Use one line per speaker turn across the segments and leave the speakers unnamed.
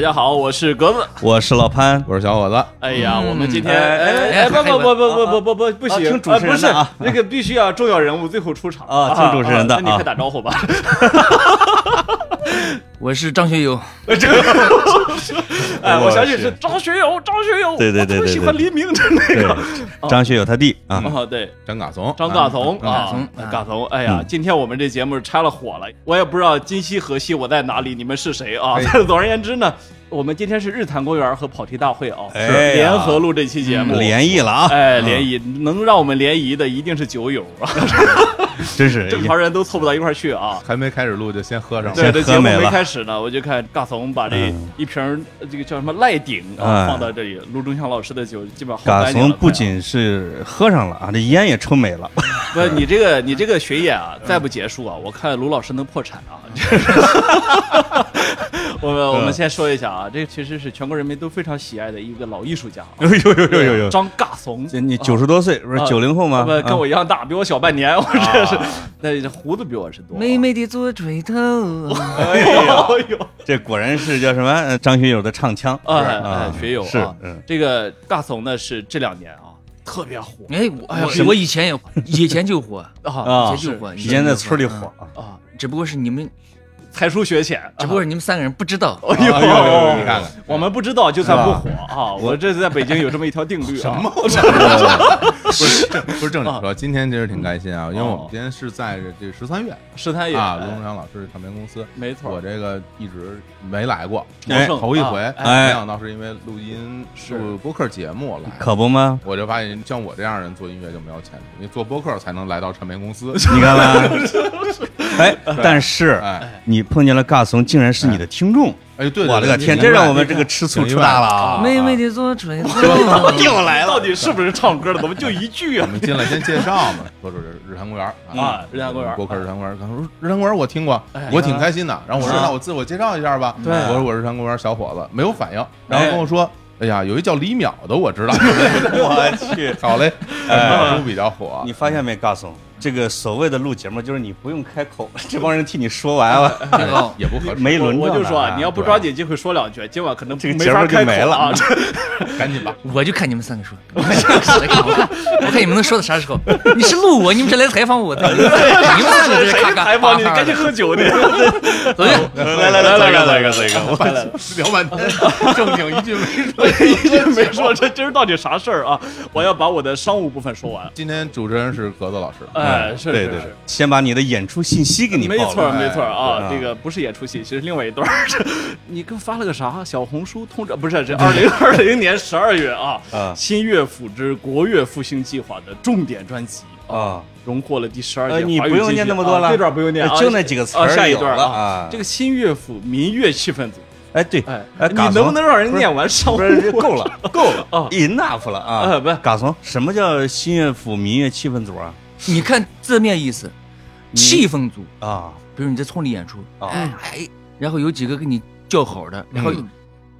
家好，我是格子。
我是老潘，
我是小伙子，
哎呀，
嗯
我们今天
哎
哎哎，不
还
不
有
不不不不不不行
啊
呃
听，主持
不
人
是
的啊
那个必须要重要人物最后出场
啊听主持人的
啊那你
啊
快打招呼 吧。
我是张学友，
哎，我想起是
是
张学友，张学友，
对对
我特
对
别
对
喜欢
对
黎明，就是那
对
个，
张学友他弟 啊，
啊，对。
张嘎怂，
张大同啊
嗯，
哎
嗯
大同，哎呀，今天我们这节目拆了火了，我也不知道今夕何夕，我在哪里，你们是谁啊？
哎
但 是总而言之呢，我们今天是日坛公园和跑题大会啊，
哎呀
联合录这期节目，
联谊了啊，
哎，联谊能让我们联谊的一定是酒友啊，
真是
正常人都凑不到一块儿去啊。
还没开始录就先喝上了，
对，
先
这
喝
节目
没
没
了
开始呢，我就看尬怂把这
嗯
一瓶儿呃这个叫什么赖鼎啊
哎
放到这里，陆中祥老师的酒基本上
嘎
干净
怂
了。
不，仅是喝上了啊，这烟也抽没了，
不是你这个你这个学业啊，
嗯
再不结束啊，我看卢老师能破产啊。 我们我
嗯
们先说一下啊，这其实是全国人民都非常喜爱的一个老艺术家啊，
呦呦呦
张尬怂，
这你九十多岁不是
啊
九零后吗？
不跟我一样大，比我小半年，我这
啊
是，那这胡子比我是多。
妹妹的左垂头，
哎呦，哎呦，
啊这果然是叫什么呃张学友的唱腔
哎
是
哎，学友
是
啊
嗯，
这个尬怂呢是这两年啊特别火
哎，
哎呀
我我以前也以前就火，
啊
啊，
以前就火，
以前在村里火啊，
啊，
只不过是你们，
才疏学浅，
只不过是你们三个人不知道。
哎呦
哎呦呦呦你看看，
我们不知道就算不火
是
啊，我这是在北京有这么一条定律啊，什么
不是正不是正经说，今天其实挺开心啊，因为我
哦哎
们今天是在这这十三月
石滩也
啊，卢中祥老师唱片公司，
没错
我这个一直没来过，
哎
头一回，
啊
哎
没想到是因为录音
是
录播客节目来。
可不吗？
我就发现，像我这样人做音乐就没有前途，因为做播客才能来到唱片 公司。
你看吧，哎，但是
哎
你碰见了尬怂，竟然是你的听众，
哎，对，
我的个
对
天，
对
这
明白
让我们
明
这
白
个吃醋
挺意
吃
外
大了啊！
妹妹的左垂头，
又来了，到底是不是唱歌的？怎么就一句
我
啊？
们进来先介绍嘛，说说这日坛公园
啊日坛公园
播客日坛公园。他说日坛公园我听过
哎，
我挺开心的。然后我说
是
那我自我介绍一下吧，
对
我说我是日坛公园小伙子，没有反应。然后跟我说，哎呀，有一叫李淼的我知道，
我去，
好 嘞，
哎
哎，都比较
啊
火
你。发现没，尬怂，这个所谓的录节目就是你不用开口， 这帮人替你说完啊了，
哎也不合适，
没轮
我
着
就说啊，
呢
你要不
对
抓紧机会说两句，今晚可能
这个
没
节
法
目就
开
没
口
了
啊。这
赶 紧吧。
我就看你们三个说， 我看我看我看你们能说到啥时候？你是录我，你们是来采访我的，你们三个人
谁
咔咔
采访你？赶紧喝酒去！
走呀！
来来来来来 来来来，
来来来，
聊半天，正经一句没说。
一直没说这今儿到底啥事儿啊？我要把我的商务部分说完。
今天主持人是格子老师，
哎，是是
嗯对对对
是。，
先把你的演出信息给你
没
报
错，
了。
没错啊！
哎
这个不是演出戏，其实另外一段儿。这你跟发了个啥？小红书通知不是？这二零二零年十二月啊，
啊
新乐府之国乐复兴计划的重点专辑
啊，
荣获了第十二
呃
届
你
华语
不用
金
念
曲
那么多
啊
了呃
这段不用念，啊
就那几个词
啊
儿
下一
有
段
了
啊
啊，
这个新乐府民乐气氛组，
哎对，
哎，
哎，
你
嘎
能不
怂
能让人念完上？
不是够 了，够了
啊
，enough 了啊！
啊不是
嘎怂，什么叫新乐府民乐气氛组啊？
你看字面意思，气氛组，
啊，
比如你在村里演出，
哦
哎哎，然后有几个跟你叫好的，然后
嗯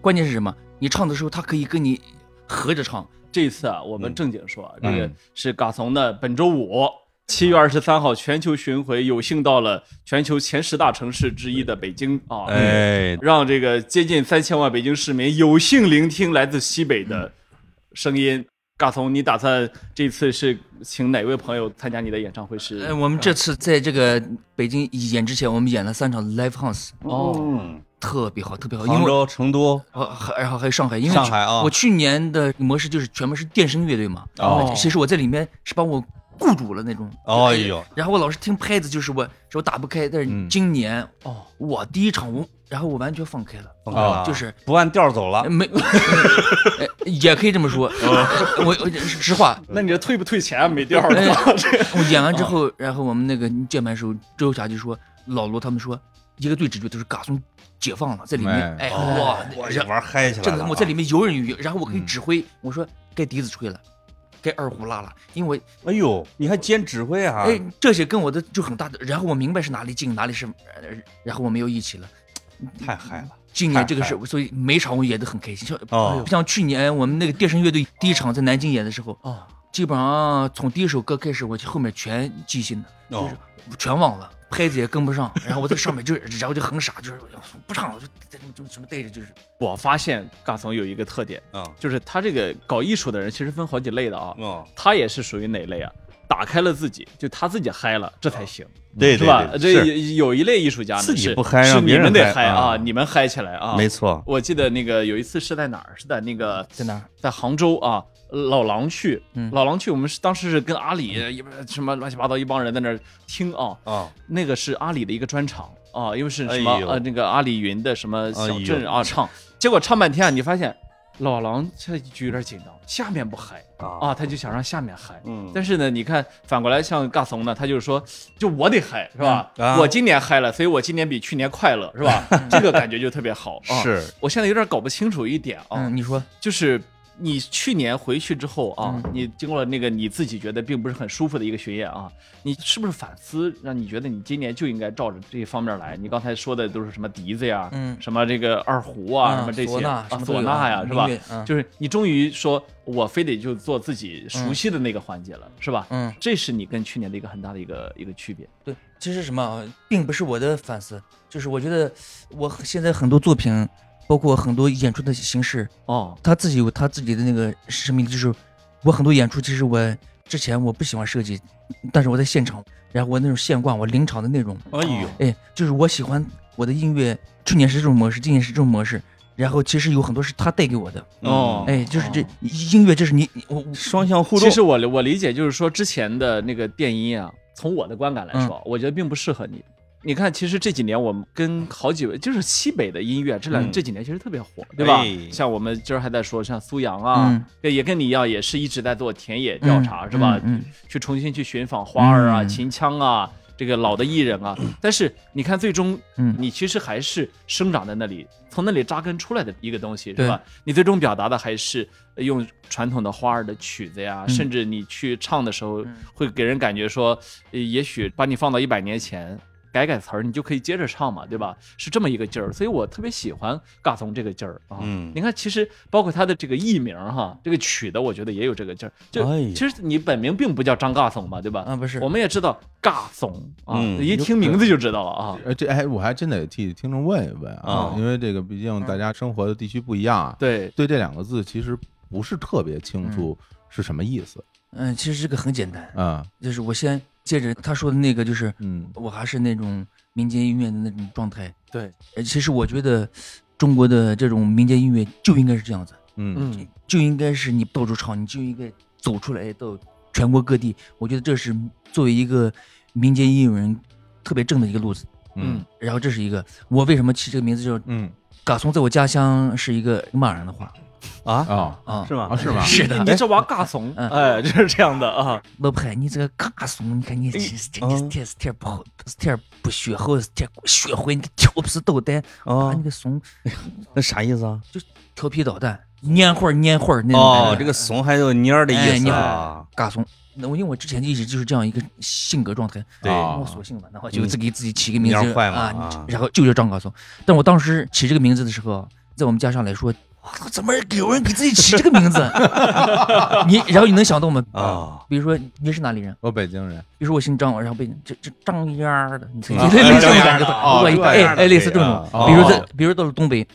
关键是什么？你唱的时候，他可以跟你合着唱，
这次啊，我们正经说，啊，这
嗯
个是嘎怂的本周五。七月二十三号，全球巡回有幸到了全球前十大城市之一的北京啊，
哎，
让这个接近三千万北京市民有幸聆听来自西北的声音。嘎怂，你打算这次是请哪位朋友参加你的演唱会？是
呃，我们这次在这个北京演之前，我们演了三场 live house，
哦，
嗯，
特别好，特别好。因
杭
为
州、成都
呃，还然后还有上海，因为
上海啊
我去年的模式就是全部是电声乐队嘛。呃
哦
其实我在里面是把我雇主了那种。
哎呦，
然后我老是听拍子，就是我手打不开。但是
嗯
今年
哦，
我第一场我，然后我完全放开了，
放开了啊
哦就是嗯
不按调走了，
没， 呃也可以这么说。
哦
我我实话，
那你这退不退钱啊？没调儿
哎
了，这
我演
哦
完之后，然后我们那个键盘手周霞就说，老罗他们说，一个对直觉都是嘎松解放了，在里面，
哎
哎哇，
哦我
然
玩嗨起来了啊，嗯
真的我在里面游刃有余，然后我可以指挥，我说该笛子吹了。该二胡拉了，因为
哎呦，你还兼指挥啊
我？哎，这些跟我的就很大的，然后我明白是哪里进哪里是，呃然后我们又一起了。
太嗨了，
今年这个事，所以每场我演得很开心，像
哦
哎呦不像去年我们那个电声乐队第一场在南京演的时候，
哦
基本上从第一首歌开始，我就后面全记性的，
哦
就是全忘了，拍子也跟不上，然后我在上面就，然后就很傻，就是哎不唱了，就就就什么带着就是，
我发现嘎怂有一个特点，
啊
就是他这个搞艺术的人其实分好几类的啊，
哦，
他也是属于哪类啊？打开了自己，就他自己嗨了，这才行，
啊对
是
对
吧？
对
这
是
有有一类艺术家呢
自己
是
不嗨
是
让
你
别人
们得
嗨
啊，
啊
你们嗨起来啊，
没。错，
我记得那个有一次是在哪儿？是在那个
在哪儿？
在杭州啊，老狼去，
嗯
老狼去，我们是当时是跟阿里一帮什么乱七八糟一帮人在那儿听啊，
啊，
那个是阿里的一个专场啊，因为是什么、
哎呦
呃那个阿里云的什么小
哎
镇
呦
啊、唱，结果唱半天啊，你发现老狼这就有点紧张，下面不嗨
啊
他就想让下面嗨。
嗯
但是呢，你看反过来像尬怂呢，他就是说，就我得嗨是吧、
嗯啊
我今年嗨了，所以我今年比去年快乐是 吧？这个感觉就特别好啊。
是
我现在有点搞不清楚一点啊，
嗯，你说
就是你去年回去之后啊，
嗯
你经过了那个你自己觉得并不是很舒服的一个巡演啊，你是不是反思，让你觉得你今年就应该照着这些方面来？你刚才说的都是什么笛子呀，
嗯
什么这个二胡
嗯
啊，什么这些
唢呐
啊
什么都有
唢呐呀，是吧
音乐？嗯
就是你终于说我非得就做自己熟悉的那个环节了，是吧？
嗯
这是你跟去年的一个很大的一个一个区别。
对，其实什么啊，并不是我的反思，就是我觉得我很现在很多作品，包括很多演出的形式，
哦，
他自己有他自己的那个生命力，就是我很多演出，其实我之前我不喜欢设计，但是我在现场，然后我那种现挂，我临场的那种，
哎呦，
哎，就是我喜欢我的音乐，去年是这种模式，今年是这种模式，然后其实有很多是他带给我的，
嗯
哦
哎，就是这
哦
音乐，这是你你我我
双向互动
其，实我理我理解就是说，之前的那个电音啊，从我的观感来说，
嗯
我觉得并不适合你。你看，其实这几年我们跟好几位，就是西北的音乐，这两、
嗯
这几年其实特别火，对吧？
哎
像我们今儿还在说，像苏阳啊，
嗯
对也跟你一样，也是一直在做田野调查，是吧？
嗯嗯
去重新去寻访花儿啊、
嗯
秦腔啊。这个老的艺人啊，但是你看，最终，
嗯
你其实还是生长在那里，从那里扎根出来的一个东西，是
对
吧？你最终表达的还是用传统的花儿的曲子
嗯
呀，甚至你去唱的时候，会给人感觉说，呃也许把你放到一百年前，改改词儿，你就可以接着唱嘛，对吧？是这么一个劲儿，所以我特别喜欢嘎怂这个劲儿啊。
嗯
你看，其实包括他的这个艺名儿哈，这个曲的，我觉得也有这个劲儿。就、
哎呀
其实你本名并不叫张嘎怂嘛，对吧？
啊不是
我们也知道嘎怂啊，
嗯
一听名字就知道了啊。
呃，这哎，我还真得替听众问一问啊
啊，
因为这个毕竟大家生活的地区不一样啊，
对，
对这两个字其实不是特别清楚是什么意思
嗯，其实这个很简单，
啊，
就是我先接着他说的那个，就是
嗯
我还是那种民间音乐的那种状态。
对，
呃其实我觉得中国的这种民间音乐就应该是这样子，
嗯
嗯，
就应该是你到处唱，你就应该走出来到全国各地。我觉得这是作为一个民间音乐人特别正的一个路子。
嗯
嗯
然后这是一个我为什么起这个名字叫
嗯
嘎松，在我家乡是一个骂人的话
啊
啊
啊，
是吗
啊？是吗？
是的
你你这娃嘎怂，
嗯
哎，就是这样的啊。
老派，你这个嘎怂，你看你这
嗯
这你这这点不好，这点不学好，这点学坏，你个调皮捣蛋，
啊
把你，个怂
那啥意思啊？
调皮捣蛋，蔫花儿蔫花儿那种
哦
感，觉
这个怂还有蔫儿的
哎
意思
蔫儿
啊，
嘎怂。那我因为我之前一直就是这样一个性格状态，
对
啊
我索性吧，那我就自己给自己起个名
蔫
字
儿坏嘛
啊
啊，
然后就叫张嘎怂。但我当时起这个名字的时候，在我们家上来说，哇怎么有人给自己起这个名字？你然后你能想到吗？
啊，
比如说你是哪里人？
我北京人，
比如说我姓张，然后被你这这张丫儿的，你这
啊
类似这种
张丫儿
感
的
觉，
哦
对
这
哎
样的
哎，类似这
对
种
啊，
哦
比如在比如到了东北，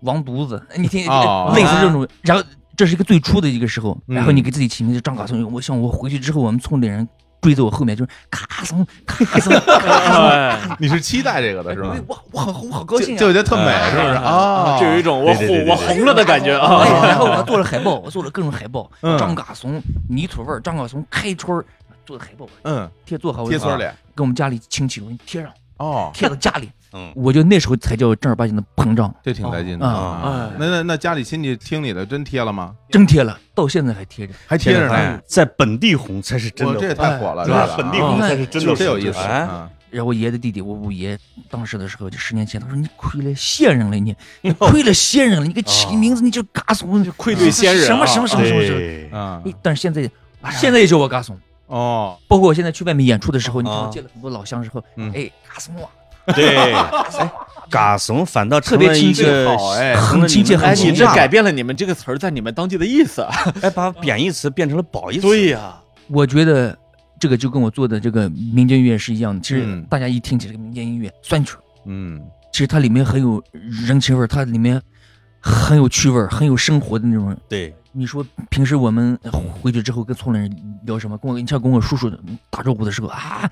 王犊子，你听
哦
类似这种，然后这是一个最初的一个时候，
嗯
然后你给自己起名字张嘎松，我想我回去之后，我们村里人追着我后面就是嘎松嘎松，
哎
你是期待这个的是吗？
我我好我好高
就
兴啊
就觉！得特美，是不是啊？
就有一种我
对对对
红
对
我红了的感觉啊
哎。然后我还做了海报，我做了各种海报，
嗯
张嘎松泥土味儿，张嘎松开春儿做的海报，
嗯，
贴做好我就
贴村里
跟我们家里亲戚我给你贴上，
哦，
贴到家里。
嗯，
我就那时候才叫正儿八经的膨胀，
这挺带劲的
哦
啊哎
那那那家里亲戚听你的，真贴了吗？
真贴了，到现在还贴着。
还贴着
哎
呢，
在本地红才是真
我
的
这也
红，
太火了，
是吧
这个
本地
啊
红才是真的
这有意思
红哎
啊！
然后我爷的弟弟，我五爷当时的时候，就十年前，他说你亏了先人了，你你亏了先人了，你个起名字你就嘎怂，
愧对先人啊
什么什么什么什么什么。
对，
啊
哎但是现在，现在也叫我嘎怂，
哦，
包括我现在去外面演出的时候，你看我
啊
见了很多老乡之后，
嗯
哎，嘎怂啊，
对， 哎嘎怂反倒成了一
特别亲切
个
好哎
很亲切
哎，
很
你
亲
这
切
啊
改变了你们这个词儿在你们当地的意思。
哎，把贬义词变成了褒义词，
呀，
我觉得这个就跟我做的这个民间音乐是一样的。其实
嗯
大家一听起这个民间音乐酸曲儿，
嗯
其实它里面很有人情味儿，它里面很有趣味儿，很有生活的那种。
对，
你说平时我们回去之后跟村里人聊什么？跟我你像跟我叔叔打招呼的时候啊，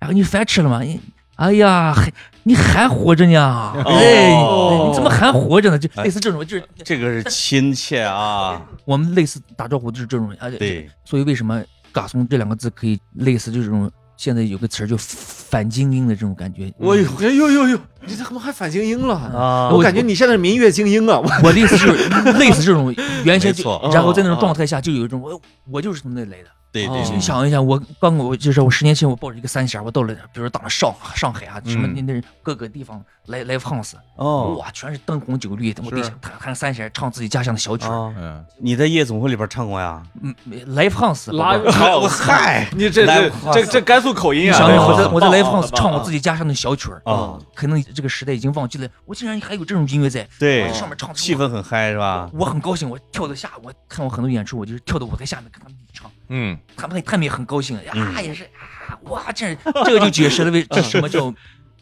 然后你饭吃了吗？哎哎呀，还你还活着呢？哎，
哦
你怎么还活着呢？
哎
就类似这种，就是
这个是亲切啊，
嗯
我们类似打招呼就是这种，而且
对，
所以为什么“嘎怂”这两个字可以类似就是这种现在有个词儿叫反精英的这种感觉？
我呦哎呦呦呦，你怎么还反精英了？
啊
我感觉你现在是民乐精英啊！我
我的意思是 类似这 种原先
没
就
错，
然后在那种
哦
状态下就有一种我我就是从那来的。
对对
哦
你
对
想一下，我刚我就是我十年前我抱着一个三弦，我到了比如到了上上海啊，什么那
嗯
那各个地方来来 house，
哦
哇，全是灯红酒绿，我得
是
弹弹三弦，唱自己家乡的小曲
哦
儿。
啊，
嗯，
你在夜总会里边唱过呀？
嗯，live house，
拉
宝贝
我
嗨，
你这这这这甘肃口音
你
啊！
想一
对
下，我在
很
我在 live
棒
house 唱我自
己
己家乡的小曲儿，
哦
啊，
可能这个时代已经忘记了，我竟然还有这种音乐在，
对
我，
嗯
上面唱
气氛很嗨是吧？
我很高兴，我跳到下，我看我很多演出，我就是跳到舞台下面跟他们一起唱，
嗯，
他们他们也很高兴呀、
嗯
也是啊，哇，这这个就解释了为这什么叫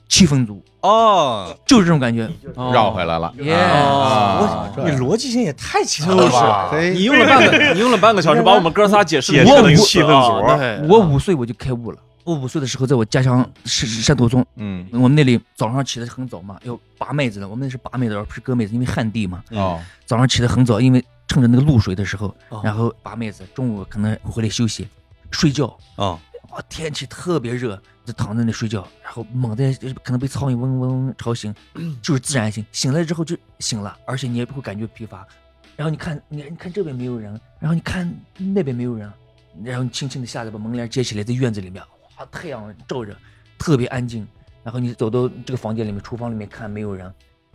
气氛组，
哦，
就是这种感觉。
绕回来了，
耶、
哦
啊，
你
这
逻辑性也太强
就
了
是
吧？
你用了半个，你用了半个小时把我们哥仨解释
解释了一个气氛组
啊对
我五岁我就开悟了。我五岁的时候，在我家乡是是汕头村，
嗯
我们那里早上起得很早嘛，要拔麦子了。我们那是拔麦子，而不是割麦子，因为旱地嘛。
嗯
哦，
早上起得很早，因为趁着那个露水的时候
哦，
然后拔麦子，中午可能回来休息、睡觉，
啊，
哇，哦天气特别热，就躺在那睡觉，然后猛地就是可能被苍蝇嗡嗡嗡吵醒， 就是自然醒。醒来之后就醒了，而且你也不会感觉疲乏。然后你看，你你看这边没有人，然后你看那边没有人，然后你轻轻的下来把门帘接起来，在院子里面，哇，太阳照着，特别安静。然后你走到这个房间里面，厨房里面看没有人，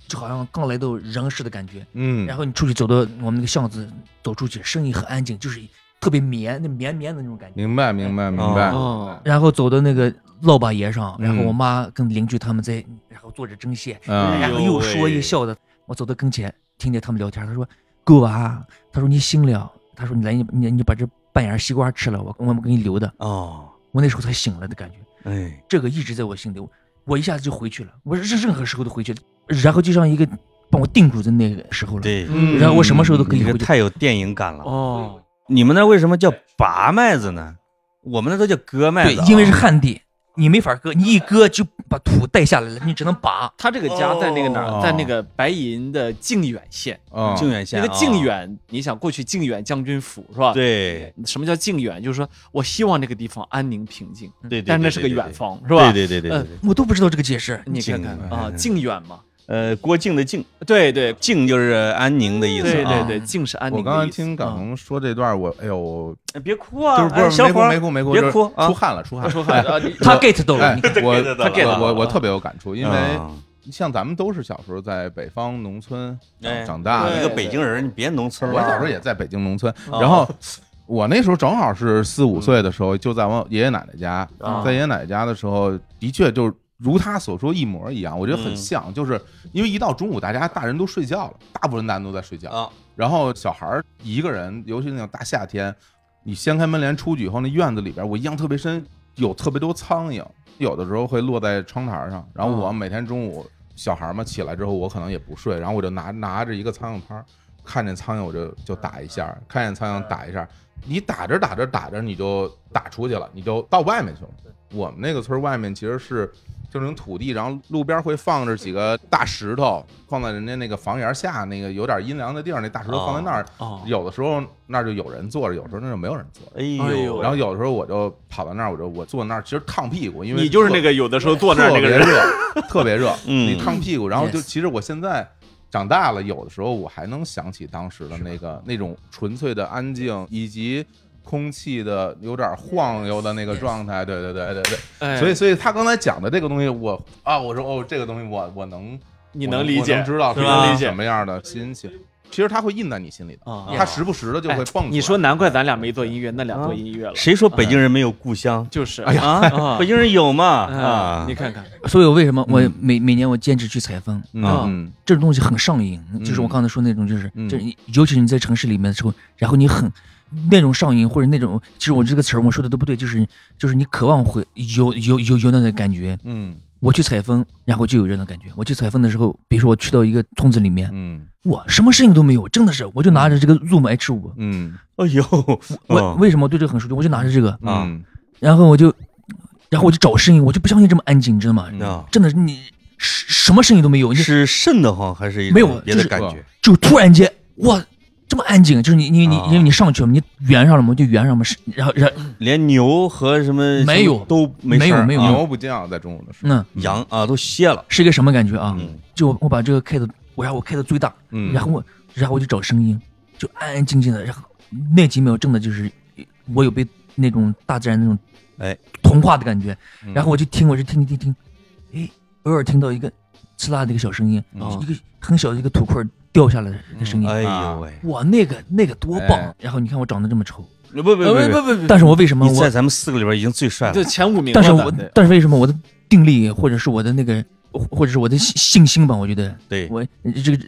就好像刚来到人世的感觉。
嗯，
然后你出去走到我们那个巷子，走出去，声音很安静，就是特别绵，那绵绵的那种感觉。
明白明白明白，
哦
然后走到那个烙粑爷上，
嗯
然后我妈跟邻居他们在，然后坐着针线，
哎
嗯
然后又说一笑的。我走到跟前，听见他们聊天，他说：“狗娃，他说你醒了，他说你来，你你你把这半眼西瓜吃了，我我们给你留的。
哦，”
我那时候才醒了的感觉，
哎，
这个一直在我心里，我我一下子就回去了，我任任何时候都回去了，然后就像一个把我定住在那个时候了。
对，
嗯
然后我什么时候都可以
你这
回去。
太有电影感了。
哦，
你们那为什么叫拔麦子呢？我们那都叫割麦
对
子啊，，
因为是旱地，你没法割，你一割就把土带下来了，你只能拔。
他这个家在那个哪
哦
儿？在那个白银的靖远县。
嗯
靖远县
那
啊，
个靖远，你想过去靖远将军府是吧？。
对，
什么叫靖远？就是说我希望这个地方安宁平静，
对对对，
嗯但是那
对
是个
对
远方，是
对
吧？
对对对对
呃
对，
我都不知道这个解释。
你看看
靖远
啊，靖远嘛，
呃，郭靖的靖，
对对
靖就是安宁的意思啊。
对对对，
啊
靖是安
我
宁的意思。
刚刚听港
啊
红说这段，我哎呦，我
哎别哭啊，
就是
哎
不是
小
没哭
伙儿
没哭没哭，
别
就是
哭啊
出汗了出汗
他说话啊，你
他 get 到 了，
哎
你看，
我
get 到了
我我我
啊
特别有感触，因为
啊
像咱们都是小时候在北方农村
哎
长大
对
一个
的，
北京人，你别农村啊了。
我小时候也在北京农村，
啊
然后。我那时候正好是四五岁的时候，就在我爷爷奶奶家，
啊
在爷爷奶奶家的时候，的确就如他所说一模一样，我觉得很
嗯
像，就是因为一到中午，大家大人都睡觉了，大部分大人都在睡觉，
啊，
然后小孩儿一个人，尤其是那种大夏天，你掀开门帘出去以后，那院子里边我印象特别深，有特别多苍蝇，有的时候会落在窗台上。然后我每天中午小孩儿嘛起来之后，我可能也不睡，然后我就拿拿着一个苍蝇拍儿，看见苍蝇我就就打一下儿，看见苍蝇打一下儿。你打着打着打着，你就打出去了，你就到外面去了。我们那个村儿外面其实是就那种土地，然后路边会放着几个大石头，放在人家那个房檐下那个有点阴凉的地儿，那大石头放在那儿，
哦
有的时候那儿就有人坐着，有时候那儿就没有人坐着。
哎
哎
呦，
呦
然后有的时候我就跑到那儿，我就我坐那儿，其实烫屁股，因为
你就是那
个
个有的时候坐那儿
特
那
别
个人，
热，特别热，
嗯
你烫屁股。然后就
Yes
其实我现在长大了，有的时候我还能想起当时的那个那种纯粹的安静，以及空气的有点晃悠的那个
Yes
状态。对对对对对。
哎
所以所以他刚才讲的这个东西，我啊，我说哦，这个东西我我能
你
我
能
能
理
我
解
能知道
是
是
吧
一
理
个
解
什么样的心情。其实它会印在你心里的，
啊
它时不时的就会
哎
蹦出来。
你说难怪咱俩没做音乐，那俩
啊
做音乐了，
谁说北京人没有故乡
就是
哎呀
啊？
啊
北京人有嘛
啊
啊，
你？看看
所以我为什么我每每年我坚持去采风，
啊
嗯
这种东西很上瘾，就是我刚才说那种，就是
嗯
就是你，尤其是你在城市里面的时候，然后你很那种上瘾或者那种，其
嗯
实我这个词儿我说的都不对，就是就是你渴望会有有有有那种感觉。
嗯
我去采风，然后就有这种感觉。我去采风的时候，比如说我去到一个村子里面，
嗯
我什么事情都没有，真的是，我就拿着这个 Zoom H 五，
嗯
哎呦，
我
嗯
为什么对这个很熟悉？我就拿着这个，
啊
嗯
然后我就，然后我就找声音，我就不相信这么安静，你知道吗？
嗯
啊
真的是你什什么声音都没有，你就是
瘆得慌还是一种
没有
别的
就是
感觉？
就突然间哇，这么安静，就是你你你
啊，
因为你上去了嘛，你圆上了嘛，就圆上嘛，是然后然后
连牛和什么
没有
什么都没
没有
声儿
没
嗯
有
啊
牛不见啊，在中午的时候，
嗯，
羊啊都歇了，
是一个什么感觉啊？
嗯
就我我把这个开的，我让我开的最大，
嗯，
然后我然后我就找声音，就安安静静的，然后那几秒真的就是我有被那种大自然那种
哎
童话的感觉，
嗯
然后我就听，我就听听听，哎，偶尔听到一个刺啦的一个小声音，
嗯
一个很小的一个土块掉下来的
嗯
声音，
哎
啊
呦喂，
哇，那个那个多棒！
哎
然后你看我长得这么丑，
不不
不不
呃不不
但是我为什么
你在
我，
咱们四个里边已经最帅了
就，前五名
但是
了
我
的，
但是为什么我的定力或者是我的那个，或者是我的信信心吧，我觉得
对，
我这个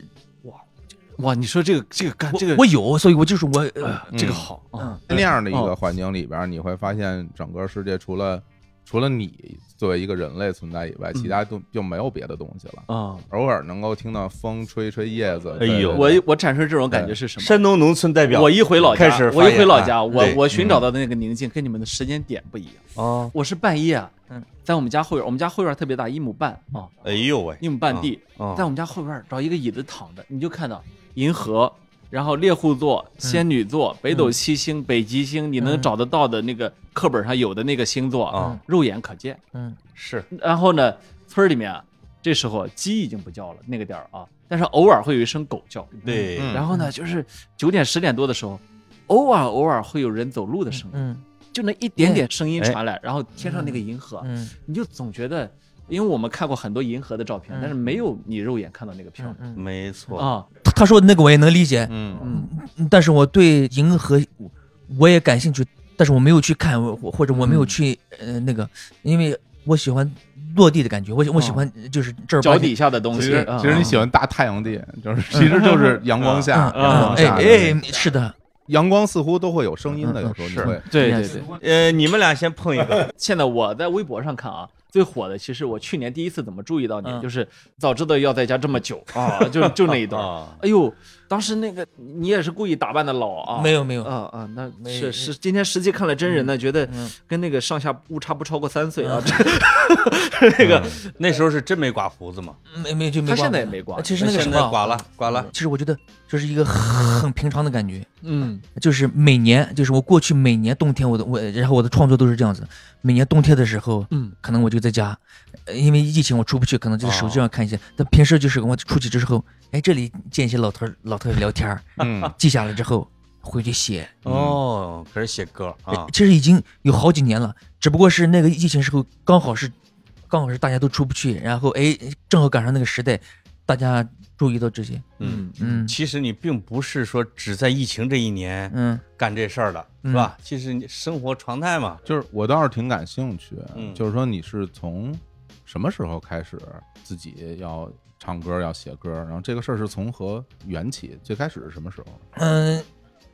哇，你说这个这个干
我
这个
我有，所以我就是我，呃
嗯
这个好啊，
嗯
在那样的一个环境里边，你会发现整个世界除了除了你作为一个人类存在以外，其他都就没有别的东西
嗯
了。
啊！
偶尔能够听到风吹吹叶子，
哎呦
我我产生这种感觉是什么？
山东农村代表，
我一回老家
开始，发
我一回
言
老
啊
家，我
对
我寻找到的那个宁静跟你们的时间点不一样。
啊，
我是半夜啊
嗯，
在我们家后院，我们家后院特别大，一亩半啊，
哎呦喂，
一亩半地，
啊，
在我们家后院找一个椅子躺着，你就看到银河，然后猎户座、仙女座、北斗七星、北极星，你能
嗯
找得到的那个课本上有的那个星座
啊，
肉眼可见。
嗯
是
然后呢，村儿里面啊这时候鸡已经不叫了，那个点儿啊，但是偶尔会有一声狗叫。
对，
嗯
然后呢，就是九点十点多的时候，偶尔偶尔会有人走路的声音，
嗯
就那一点点声音传来，然后天上那个银河，
嗯
你就总觉得，因为我们看过很多银河的照片，
嗯
但是没有你肉眼看到那个漂亮。
嗯，
没错，
啊，
他他说的那个我也能理解，
嗯
嗯，
但是我对银河我我也感兴趣，但是我没有去看，我我或者我没有去、呃那个，因为我喜欢落地的感觉，我喜我喜欢就是这儿
脚
八天
底下的东
其
西嗯
实，其实你喜欢大太阳地，就是其实就是阳光下，
嗯
阳光
哎
下，
哎，是的，
阳光似乎都会有声音的，
嗯嗯
有时候你
是
会，
对对
对
对。
呃，你们俩先碰一 个，
现在我在微博上看啊，最火的其实我去年第一次怎么注意到你，
嗯
就是早知道要在家这么久啊，就就那一段。
啊
哎呦，当时那个你也是故意打扮的老啊，
没有没有，
啊啊，那
没
是是，今天实际看了真人呢，觉得
嗯
跟那个上下误差不超过三岁啊。
嗯
这
那个那时候是真没刮胡子嘛，
没没就没
他
刮，
现在也没刮
其实那个什
现在
么
刮，了，嗯刮了，
其实我觉得这是一个很平常的感觉。
嗯
就是每年，就是我过去每年冬天，我的我，然后我的创作都是这样子的。每年冬天的时候，
嗯，
可能我就在家，呃因为疫情我出不去，可能就在手机上看一些。但平时就是我出去之后，哎，这里见一些老头儿老头儿聊天儿，
嗯
记下来之后回去写。
哦，开始写歌啊，
其实已经有好几年了，只不过是那个疫情时候刚好是，刚好是大家都出不去，然后哎，正好赶上那个时代，大家注意到这些，
嗯。
嗯
其实你并不是说只在疫情这一年
嗯
干这事儿的，是吧？其实你生活常态嘛，
就是我倒是挺感兴趣，
嗯
就是说你是从什么时候开始自己要唱歌要写歌，然后这个事儿是从何缘起，最开始是什么时候？
嗯，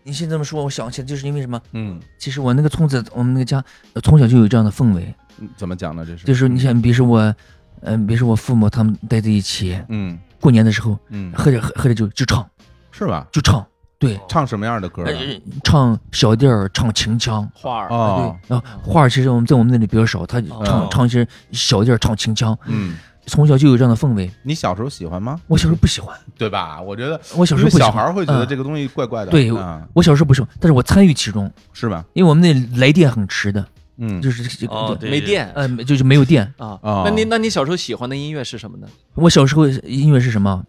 你先这么说，我想起来，就是因为什么？
嗯，
其实我那个村子，我们那个家呃从小就有这样的氛围，
嗯怎么讲呢？这是
就是你想，比如说我，嗯、比如说我父母他们待在一起，
嗯
过年的时候
嗯
喝着喝喝着酒就唱
是吧？
就唱，对，
哦
唱什么样的歌啊？
呃唱小调儿，唱秦腔。
花儿，
哦，
对，然后花儿其实我们在我们那里比较少，他唱、
哦
唱一些小调儿，唱秦腔，
嗯，
从小就有这样的氛围。
你小时候喜欢吗？
我小时候不喜欢，
对吧？我觉得
我小时
因
候
为
不喜
小
欢，
孩儿会觉得这
个、
个东西怪怪的，
对
啊
我小时候不喜欢，但是我参与其中，
是吧？
因为我们那来电很迟的，
嗯，
就是这个、
哦，对
没电
呃，就是没有电，
啊。
哦
那你那你小时候喜欢的音乐是什么呢？
我小时候音乐是什么？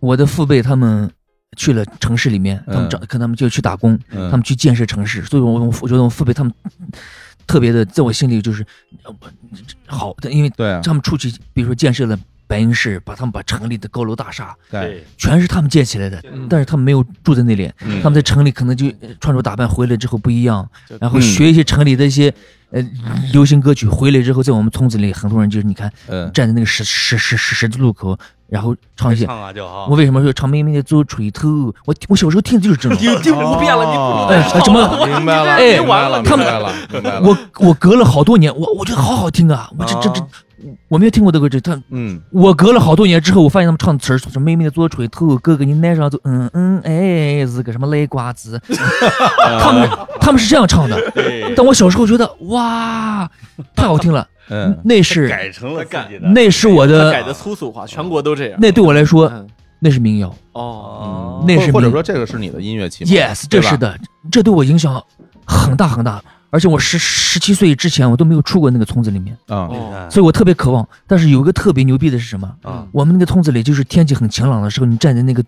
我的父辈他们去了城市里面，
嗯
他们找，可他们就去打工，
嗯
他们去建设城市，所以我我我觉得我父辈他们特别的，在我心里就是呃我好，因为
对啊，
他们出去，比如说建设了白银市，把他们把城里的高楼大厦
哎
对，
全是他们建起来的，
嗯
但是他们没有住在那里，
嗯
他们在城里可能就呃穿着打扮回来之后不一样
就，
然后学一些城里的一些呃流行歌曲，回来之后在我们村子里，很多人就是你看
嗯
站在那个十十十十十字路口然后唱一些。
唱啊就好。
我为什么说唱妹妹的做锤头？我我小时候听的就是这种。
丢丢不变了，你
哦
不
哎
能
哎
唱
什么
了
明白了，
哎
明白了，
他
明
们
白了，明白了。
我我隔了好多年，我我觉得好好听啊！我这这这
啊，
我没有听过这个这他。
嗯，
我隔了好多年之后，我发现他们唱的词儿，什么妹妹的做锤头，哥哥你奶上走，嗯嗯哎，是个什么雷瓜子，他们他们是这样唱的。
对
但我小时候觉得哇，太好听了，
嗯，
那是
改成了自己的
那是我
他改
的，
的粗俗化，全国都这样。
那对我来说
嗯
那是民谣。
哦，
嗯那
或
是
或者
民
说这个是你的音乐启蒙
Yes，这
对吧
是的，这对我影响很大很大。而且我十十七岁之前，我都没有出过那个村子里面，
嗯
啊
哦，
哎
所以我特别渴望。但是有一个特别牛逼的是什么？
嗯
啊
我们那个村子里，就是天气很晴朗的时候，你站在那个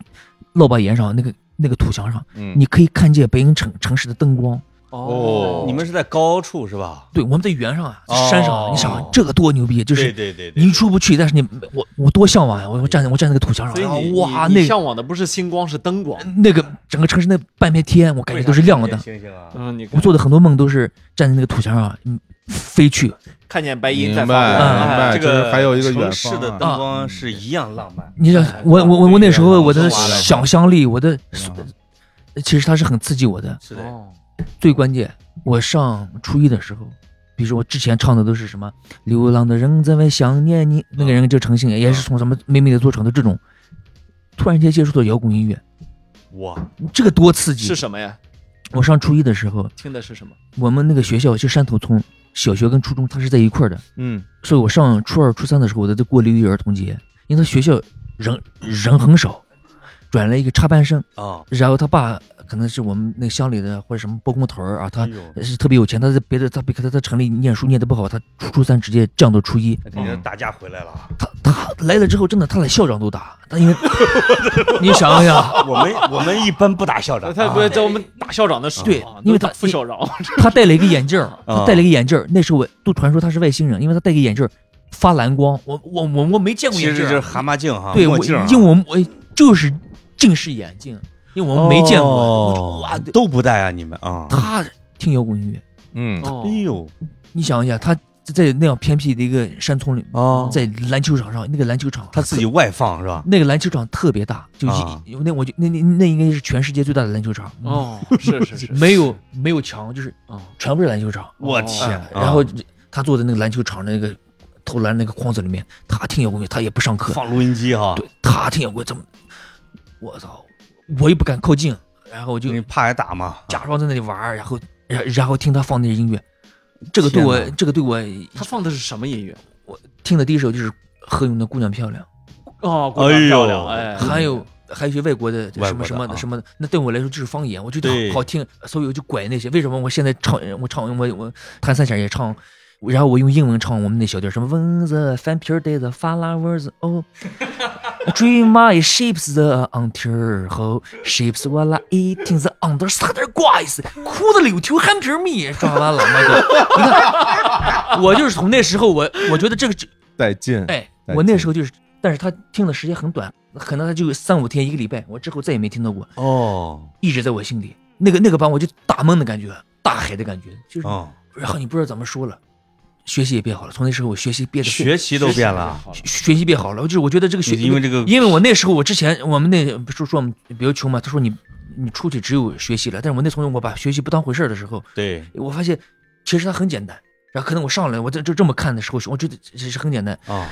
落把岩上，那个那个土墙上，
嗯，
你可以看见北京城城市的灯光。
哦，
你们是在高处是吧？
对，我们在原上啊，山上啊，你想啊
哦
这个多牛逼！就是
对对
你出不去，但是你我我多向往呀！啊我我站在我站在那个土墙
所以
上，
你你
哇，
你
那个
向往的不是星光，是灯光。
那个整个城市那半边天，我感觉都是亮的。
星星啊，
嗯，你看
我做的很多梦都是站在那个土墙上嗯飞去，
看见白
明
银
白
在
明
发光
嗯
哎
这
白，其实
个
还有一个
城
远方
市
啊
的灯光是一样浪漫。
你知道
哎，
我我我我那时候我
对
的
呀我懂
想象力，我的
嗯
其实它是很刺激我的。
是的，
哦
最关键，我上初一的时候，比如说我之前唱的都是什么“流浪的人在外想念你”，那个人就诚信，也是从什么妹妹的做成的这种，突然间接触到摇滚音乐，
哇，
这个多刺激
是！什么呀？
我上初一的时候，
听的是什么？
我们那个学校就山头村，小学跟初中它是在一块儿的，
嗯
所以我上初二、初三的时候，我都在过六一儿童节，因为他学校人人很少，转了一个插班生，
啊，
然后他爸可能是我们那乡里的或者什么包工头儿啊，他
哎呦
是特别有钱，他在别的他别他在城里念书念得不好，他初初三直接降到初一，
那肯定是打架回来了。啊
他他来了之后，真的他连校长都打，他因 为你想想，
我们我们一般不打校长，啊
他不是在我们打校长的时候
对
啊，
因为
都
他
打副校长
他戴了一个眼镜儿，
啊
他戴了一个眼镜儿，那时候我都传说他是外星人，因为他戴个眼镜儿发蓝光，我我我我没见过
其
眼
实
镜
就
儿
是蛤蟆镜哈，
对，
墨
我
镜啊，
因为我们我就是近视眼镜，因为我们没见过。我说
哦
哇，对
都不带啊，你们啊，
他听摇滚音乐，
嗯，
哦
哎呦
你想一下，他在那样偏僻的一个山村里，
啊，
哦在篮球场上，那个篮球场
他自己外放是吧？
哦
那个篮球场特别大，就
啊
一那我就那那那应该是全世界最大的篮球场，
哦，是是 是，
没有没有墙，就是
哦
全部是篮球场。
我
我
天啊
天
哎，然后他坐在那个篮球场那个投篮那个框子里面，他听摇滚乐，他也不上课，
放录音机哈，
对他听摇滚怎么，我操，我也不敢靠近，然后我就
你怕挨打吗？
假装在那里玩儿，然后然然后听他放那音乐，这个对我
天
这个对我
他放的是什么音乐？
听的第一首就是何勇的《姑娘漂亮
哦，姑娘
哎呦
漂亮，哎》，，
还有还有一些外国的
外
什
国的
么什么的
啊
什么的，那对我来说就是方言，我觉得
对
好好听，所以我就拐那些。为什么我现在唱我唱我我弹三弦也唱。然后我用英文唱我们那小调，什么 When the fan p i r day the flowers oh dream my shapes the until how shapes while I eating the under side guys，哭 的柳条憨皮儿蜜，知道吧，老妈的。我就是从那时候，我我觉得这个，
再见，
哎，
再
我那
见
时候就是，但是他听的时间很短，可能他就三五天一个礼拜，我之后再也没听到过，
哦，
一直在我心里。那个那个把我就大梦的感觉，大海的感觉，就是，
哦，
然后你不知道怎么说了，学习也变好了。从那时候我学习变得
学习都变了，
好了
学习变好了，就是我觉得这个学，
因为这个
因为我那时候我之前我们那说说我们比较穷嘛，他说你你出去只有学习了，但是我那从我把学习不当回事儿的时候，
对，
我发现其实它很简单。然后可能我上来我这就这么看的时候，我觉得这是很简单。
啊，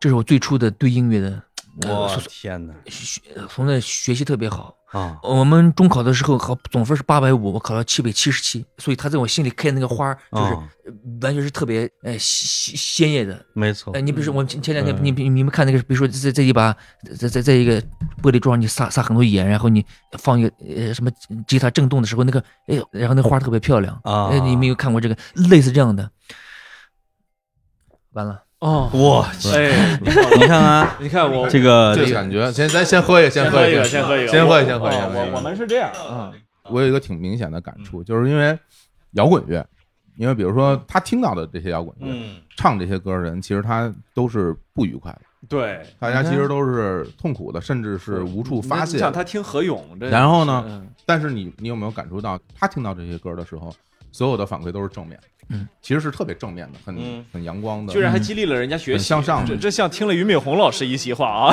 这是我最初的对音乐的，呃
我天哪，
学从那学习特别好。呃
啊，
我们中考的时候考总分是八百五，我考了七百七十七，所以他在我心里开那个花儿就是
啊
呃完全是特别呃鲜鲜艳的。
没错
哎，，你比
哦
如说我前前两天
嗯
你你你们看那个，比如说在在一把在在在一个玻璃桌上你撒撒很多盐，然后你放一个呃什么吉他震动的时候，那个哎呦，然后那花儿特别漂亮
啊
哎，你没有看过这个类似这样的？完了，
哦，
我去，
哎，
你看看
你看我
啊这个
呃这感觉，先咱先喝一个，先喝
一个，
个，
先
先
喝一个，
先喝一个，
我
先喝一个。
我我们是这样啊，
我有一个挺明显的感触，就是因为摇滚乐，因为比如说他听到的这些摇滚乐，
嗯，
唱这些歌的人，其实他都是不愉快的，
对，
大家其实都是痛苦的，甚至是无处发泄
你
的
想。他听何勇，这
然后呢
嗯
但是你你有没有感触到，他听到这些歌的时候，所有的反馈都是正面，
嗯，
其实是特别正面的，很、
嗯
很阳光的。
居然还激励了人家学习，
很向上
这这像听了俞敏洪老师一席话啊，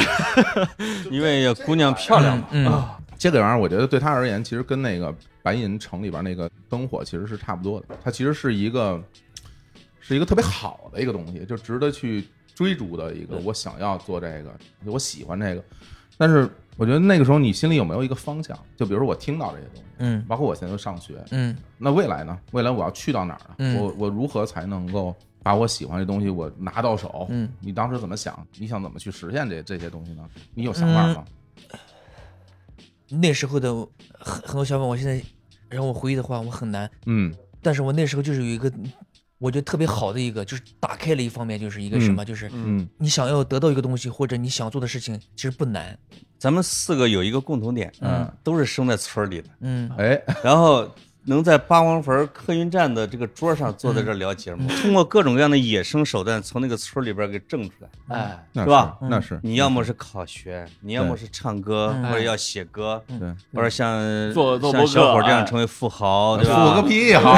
因为姑娘漂亮嘛，哦
嗯，
这个玩意儿，我觉得对他而言，其实跟那个白银城里边那个灯火其实是差不多的。它其实是一个，是一个特别好的一个东西，就值得去追逐的一个。我想要做这个，我喜欢这个，但是我觉得那个时候你心里有没有一个方向？就比如说我听到这些东西，
嗯
包括我现在上学，
嗯
那未来呢？未来我要去到哪儿呢？
嗯
我我如何才能够把我喜欢的东西我拿到手？
嗯，
你当时怎么想？你想怎么去实现这这些东西呢？
嗯
你有想法吗？嗯
那时候的很很多想法，我现在让我回忆的话，我很难。
嗯
但是我那时候就是有一个，我觉得特别好的一个，就是打开了一方面，就是一个什么，就是
嗯
你想要得到一个东西，或者你想做的事情，其实不难。
咱们四个有一个共同点，
嗯，
都是生在村儿里的，
嗯，
哎，
然后能在八王坟客运站的这个桌上坐在这儿聊节目，通过各种各样的野生手段从那个村儿里边儿给挣出来。
哎，
那
是吧
那是嗯
你要么是考学，你要么是唱歌，
嗯
或者要写歌，
对，
或者像
做做
像
播
小
客
伙这样
哎
成为富豪，对吧？
富个屁好，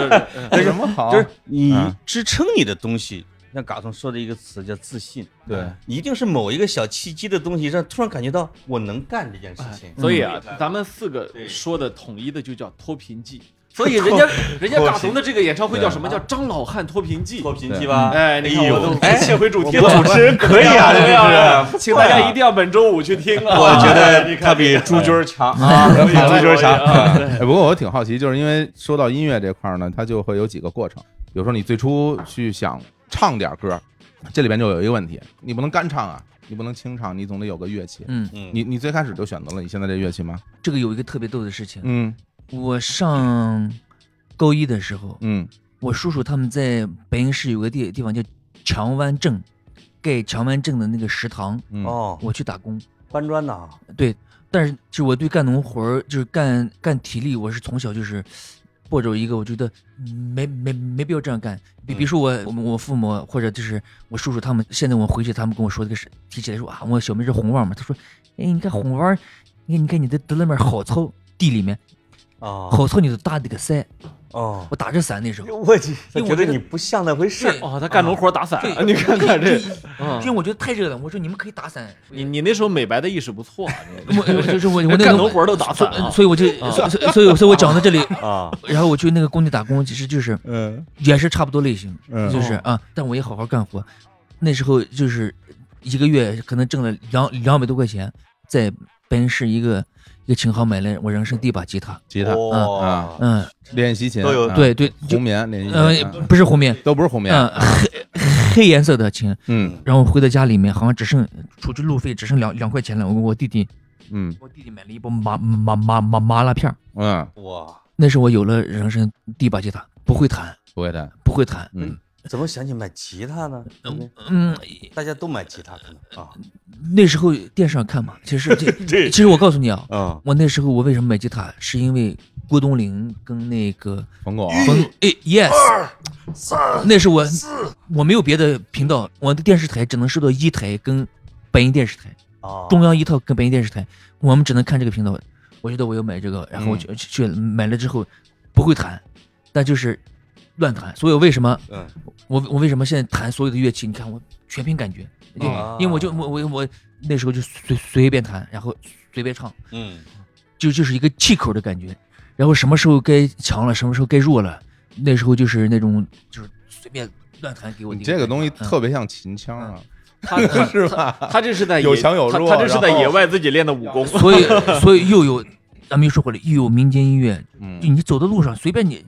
有什么好？
就是你
嗯
支撑你的东西，像嘎总说的一个词叫自信，
对，
一定是某一个小契机的东西，让突然感觉到我能干这件事情。
所以啊，咱们四个说的统一的就叫脱贫记。所以人家人家大同的这个演唱会叫什么？叫张老汉脱贫记。
脱贫记吧，
哎，你看我都
哎
切回主题
我
了。
主持人可以啊，
对
这
呀
不，
请大家一定要本周五去听 啊！
我觉
你
得
看
他比朱军儿强啊，
可
比
以了
朱军儿强。
可以了
哎，不过我挺好奇，就是因为说到音乐这块儿呢，它就会有几个过程。比如说你最初去想唱点歌，这里边就有一个问题，你不能干唱啊，你不能清唱，你总得有个乐器。
嗯，
嗯
你你最开始就选择了你现在这乐器吗？
这个有一个特别逗的事情，
嗯
我上高一的时候，
嗯
我叔叔他们在北京市有个地地方叫强湾镇，盖强湾镇的那个食堂，
嗯
哦，
我去打工。
搬砖的啊，
对，但是就是我对干农活儿，就是干干体力，我是从小就是抱着一个我觉得没没没必要这样干。
嗯
比比如说我、我我父母或者就是我叔叔他们，现在我回去他们跟我说这个事，提起来说啊，我小妹是红腕儿嘛，他说，哎，你看红腕儿，你看你看你的得了面好操地里面
哦
好操你都大的个塞，
哦，我
我打着伞那时候，
我去，
因为我
觉
这
得
个
你不像那回事儿
对。
哦，他干农活打伞
对，
你看看这，
因为我觉得太热了，我说你们可以打 伞，
你你那时候美白的意识不错啊，你
我我就是我我那
干
个
农活都打伞啊，
所以我就所以所以所以所以我讲到这里，
啊，
然后我去那个工地打工，其实就是
嗯
也是差不多类型，
嗯
就是啊，但我也好好干活。那时候就是一个月可能挣了两两百多块钱，在北京市一个一个琴行买了我人生第一把吉他。
吉他、
哦，
嗯，
练习琴
都有
啊
对对，就
红棉练习
呃
琴，啊
不是红棉，
都不是红棉。
嗯，黑黑颜色的琴。
嗯
然后回到家里面，好像只剩出去路费只剩两两块钱了。我跟我弟弟，
嗯
我弟弟买了一包麻麻麻麻麻辣片儿
嗯，
哇，
那是我有了人生第一把吉他，不会弹，
不会的。
不会弹。
嗯，
怎么想起买吉他呢？
嗯，
大家都买吉他可能啊，
那时候电视上看嘛，其实
对
这其实我告诉你啊，
嗯，
我那时候我为什么买吉他，是因为郭冬临跟那个
冯巩，
冯哎 yes，那是我我没有别的频道，我的电视台只能收到一台跟北京电视台，
哦
中央一套跟北京电视台，我们只能看这个频道。我觉得我要买这个，然后
嗯
我就去买了之后，不会弹，但就是乱弹。所以我为什么
嗯
我我为什么现在弹所有的乐器？你看我全凭感觉，就
哦
因为我就我我我那时候就随随便弹，然后随便唱，
嗯，
就就是一个气口的感觉。然后什么时候该强了，什么时候该弱了，那时候就是那种就是随便乱弹给我。
你这个东西特别像秦腔啊，
他他
是吧？
他这是在野
有强有弱
他他这是在
然后
野外自己练的武功。
所以所以又有咱们又说回来，又有民间音乐，就
嗯
你走的路上随便你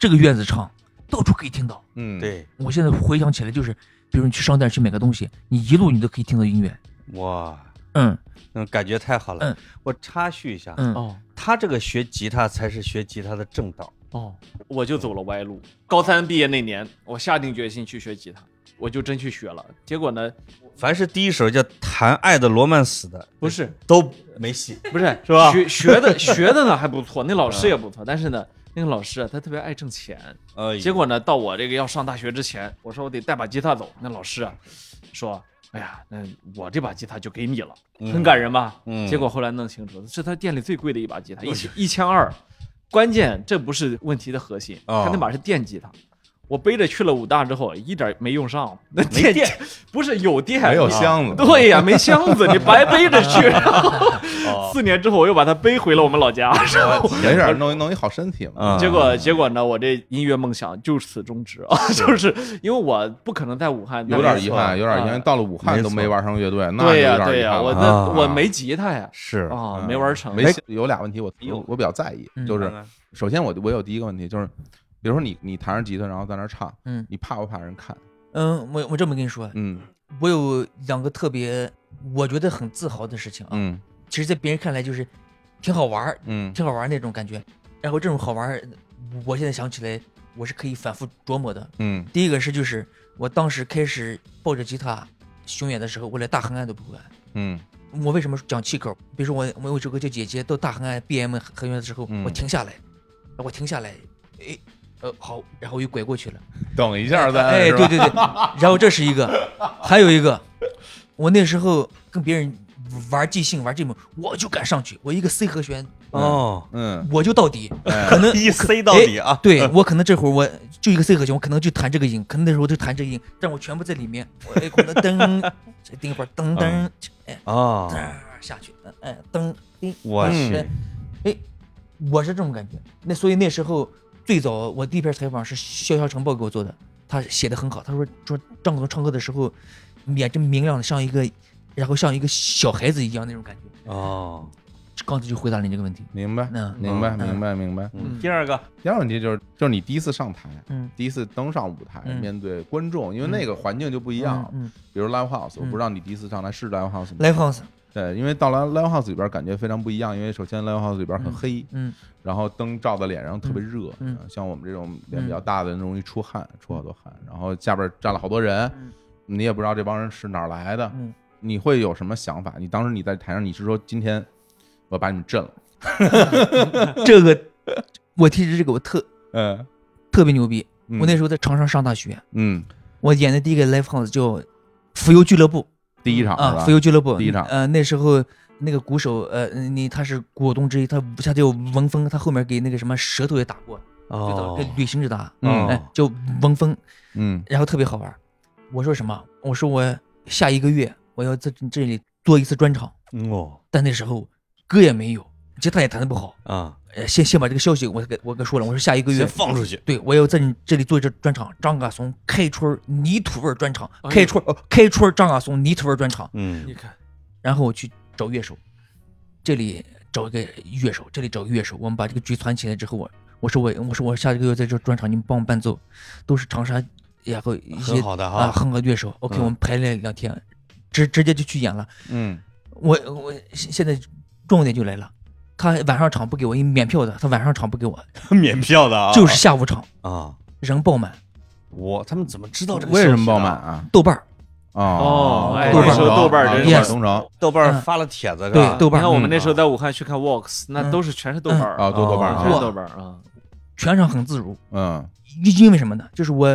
这个院子唱，到处可以听到。
嗯，
对，
我现在回想起来，就是比如你去商店去买个东西，你一路你都可以听到音乐。
哇，
嗯
嗯，感觉太好了
嗯。
我插叙一下，
嗯，
哦
他这个学吉他才是学吉他的正道。
哦，我就走了歪路。高三毕业那年，我下定决心去学吉他，我就真去学了。结果呢，
凡是第一首叫《谈爱的罗曼史》的，
不是
都没戏。
不是
是吧
学学的 学的呢还不错，那老师也不错，但是呢，那个老师啊，他特别爱挣钱。
呃，
结果呢，到我这个要上大学之前，我说我得带把吉他走，那老师啊说。哎呀，那我这把吉他就给你了，很感人吧？
嗯
结果后来弄清楚，是他店里最贵的一把吉他，一千一千二。关键这不是问题的核心，
哦
他那把是电吉他，我我背着去了武大之后，一点没用上，那
没
电不是有电，
没有
你
箱 子，啊
对呀，没箱子，你白背着 去。然后
哦
四年之后，我又把它背回了我们老家。然后
没事儿，弄一弄一好身体嘛。
啊
结果结果呢，我这音乐梦想就此终止啊， 就是因为我不可能在武汉
嗯有点遗
那
憾，
里
有点遗
啊
憾，到了武汉
没
都
错
没玩上乐队，那就
对
有
呀
点
对
遗
呀，
憾
我
了。
那
啊
我没吉他呀，
是
哦
啊，
嗯
没玩成。
没有俩问题我
呦
我我比较在意，
嗯
就是首先我我有第一个问题就是，比如说你你弹着吉他然后在那儿唱，
嗯
你怕不怕人看？
嗯，我我这么跟你说，
嗯
我有两个特别我觉得很自豪的事情啊，
嗯
其实，在别人看来就是挺好玩儿，
嗯
挺好玩儿那种感觉。然后这种好玩儿，我现在想起来，我是可以反复琢磨的。
嗯
第一个是就是我当时开始抱着吉他巡演的时候，我连大横按都不会按。
嗯
我为什么讲气口？比如说我我有一首歌叫《姐姐》，到大横按 BM 合约的时候，
嗯
我停下来，我停下来，哎，呃好，然后又拐过去了。
等一下再
哎，
是吧
对对对，然后这是一个，还有一个，我那时候跟别人玩即兴玩这种，我就敢上去，我一个 C 和弦
哦，
嗯
我就到底，
哎
可能
一 C 到底啊，
哎对我可能这会儿我就一个 C 和弦，我可能就弹这个音，可能那时候就弹这个音，但我全部在里面，我哎可能噔，这顶一会儿噔噔，哎
哦，
噔下去，嗯哎噔叮，
我去
嗯，哎，我是这种感觉。那所以那时候最早我第一篇采访是潇潇晨报给我做的，他写的很好，他说说张总唱歌的时候眼睛明亮的像一个，然后像一个小孩子一样那种感觉。
哦，
刚才就回答了你这个问题。
明白
嗯
明白
嗯
明白明白。
嗯
第二个，
第二个问题就是就是你第一次上台，
嗯，
第一次登上舞台
嗯
面对观众，因为那个环境就不一样了。
嗯
比如 live house，我
嗯
不知道你第一次上台是 live house 吗？
，Live House，
对，因为到了 live house 里边感觉非常不一样，因为首先 live house 里边很
嗯
黑，
嗯
然后灯照在脸上特别热，啊
嗯
像我们这种脸比较大的人容易出汗，出好多汗，然后下边站了好多人，
嗯
你也不知道这帮人是哪儿来的，
嗯
你会有什么想法？你当时你在台上，你是说今天我把你们震了？
这个我提着这个我特
嗯，
特别牛逼。
嗯
我那时候在长沙上大学，
嗯，
我演的第一个 Live House 叫《浮游俱乐部》。
第一场是
啊，
吧
浮？游俱乐部
第一场
呃，那时候那个鼓手，呃，你他是股东之一，他他叫文峰，他后面给那个什么舌头也打过，嗯最早
哦
给，旅行者打，
嗯
哎，叫文峰，
嗯
然后特别好玩儿。我说什么？我说我下一个月我要在这里做一次专场，
哦，
但那时候歌也没有，吉他也弹得不好，
啊，
呃，先先把这个消息我给我给说了，我说下一个月
先。放出去，
对，我要在你这里做一这专场，张嘎怂开春儿泥土味儿专场，
哎呦
开春儿、呃开春儿张嘎怂泥土味儿专场，
嗯，
看，
然后我去找乐手，这里找一个乐手，这里找一个乐手，我们把这个局攒起来之后，我我说我我说我下一个月在这专场，你们帮我伴奏，都是长沙，然后一些
很好的
啊
哈，
很好的乐手。OK，、
嗯
我们排练两天，直直接就去演了。
嗯
我我现现在重点就来了，他晚上场不给我，因为免票的，他晚上场不给我，
免票的啊，
就是下午场
啊，
人爆满，
我他们怎么
哦
知道这个？
为什么爆满？啊？
豆瓣儿
哦哎
豆瓣
那
儿
时候豆瓣
啊
儿真
yes
是东城
豆瓣儿
嗯
发了帖子是吧？
对豆
你
瓣
看
儿
我们那时候在武汉去看 Walks，那都是全是豆瓣儿
啊，都豆瓣儿
全是
啊，
豆瓣儿啊。
全场很自如，
嗯
因因为什么呢？就是我，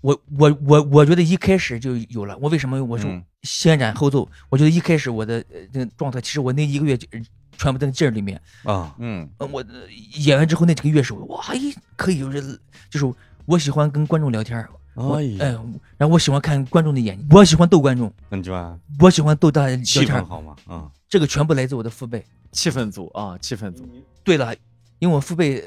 我，我，我，我觉得一开始就有了。我为什么我说
嗯
先斩后奏？我觉得一开始我的呃那个状态，其实我那一个月就呃全部在劲儿里面。
啊，
嗯
呃我呃演完之后那几个乐手，哇，一可以就是就是我喜欢跟观众聊天儿，我
哎
哎
呀，，
然后我喜欢看观众的眼睛，我喜欢逗观众，
那你就按
我喜欢逗大家聊
气
天
氛
儿，
好吗？啊，
这个全部来自我的父辈。
气氛组啊，气氛组，
对了，因为我父辈，呃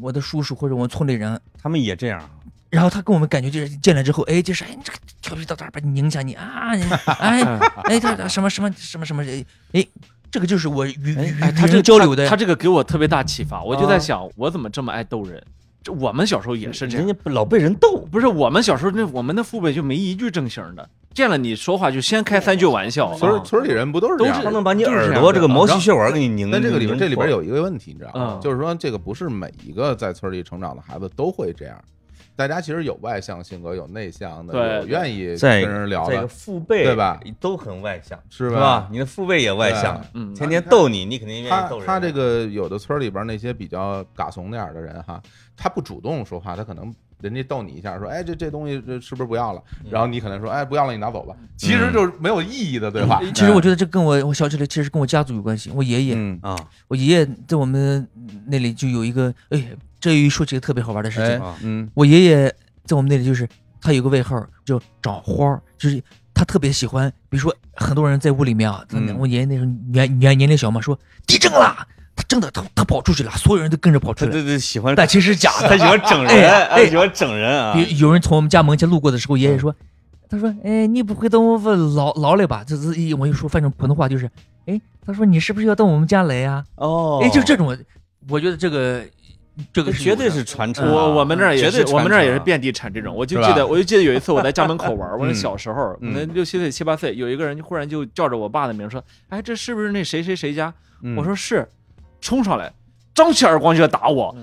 我的叔叔或者我们村里人，
他们也这样啊，
然后他跟我们感觉就是进来之后，哎，就是哎，你这个调皮捣蛋儿，把你拧下你啊，你哎哎，他他什么什么什么什么，哎，哎这个就是我与与
哎，他
与
这
人交流的
他，他这个给我特别大启发，我就在
啊
想，我怎么这么爱逗人？这我们小时候也是这样
人，家老被人逗，
不是我们小时候那我们的父辈就没一句正形的，见了你说话就先开三句玩笑，
村儿
啊
村儿里人不都是这样
他
吗？
能把你
都是这
耳
样
朵
的
这个毛细
然后
血管给你拧。
但这个里边，
拧
这里边
破
有一个问题，你知道吗
嗯？
就是说，这个不是每一个在村里成长的孩子都会这样。大家其实有外向性格，有内向的，
对
有愿意
再
跟人聊
再一个
的，
父辈
对吧？
都很外向，
是
是
吧
吧？？你的父辈也外向
对，
嗯
天天逗你，你肯定愿
他
意逗人。
他这个有的村里边那些比较嘎怂点儿的人哈，他不主动说话，他可能人家逗你一下，说哎这这东西这是不是不要了？
嗯
然后你可能说哎不要了，你拿走吧。其实就是没有意义的对话。
其实我
哎
觉得这跟我我想起来，其实跟我家族有关系。我爷爷，
嗯
啊
我爷爷在我们那里就有一个，哎，这一说起个特别好玩的事情，
哎嗯
我爷爷在我们那里就是他有个外号叫长花儿，就是他特别喜欢，比如说很多人在屋里面啊，他
嗯
我爷爷那时候年年年龄小嘛，说地震了，他真的他他跑出去了，所有人都跟着跑出
他
来，
这这喜欢，
但其实是假
他
的
喜。欢整人，
哎
他
哎
喜欢整人啊
比。有人从我们家门前路过的时候，爷爷说，他说，哎，你不会到我们老老来吧？这这我一说，反正普通话就是，哎，他说你是不是要到我们家来呀、
哦，
哎，就这种，我觉得这个这个
这
是
绝
有
对
的
是传承啊。
我我们这儿也
绝对
是，我们这儿也是
传承啊
遍地产这种。我就是记
吧
得，我就记得有一次我在家门口玩儿，我
嗯
是小时候，可
嗯
能六七岁、七八岁，有一个人忽然就叫着我爸的名儿说：“哎，这是不是那谁谁谁家？”
嗯
我说是，冲上来，张起耳光就要打我。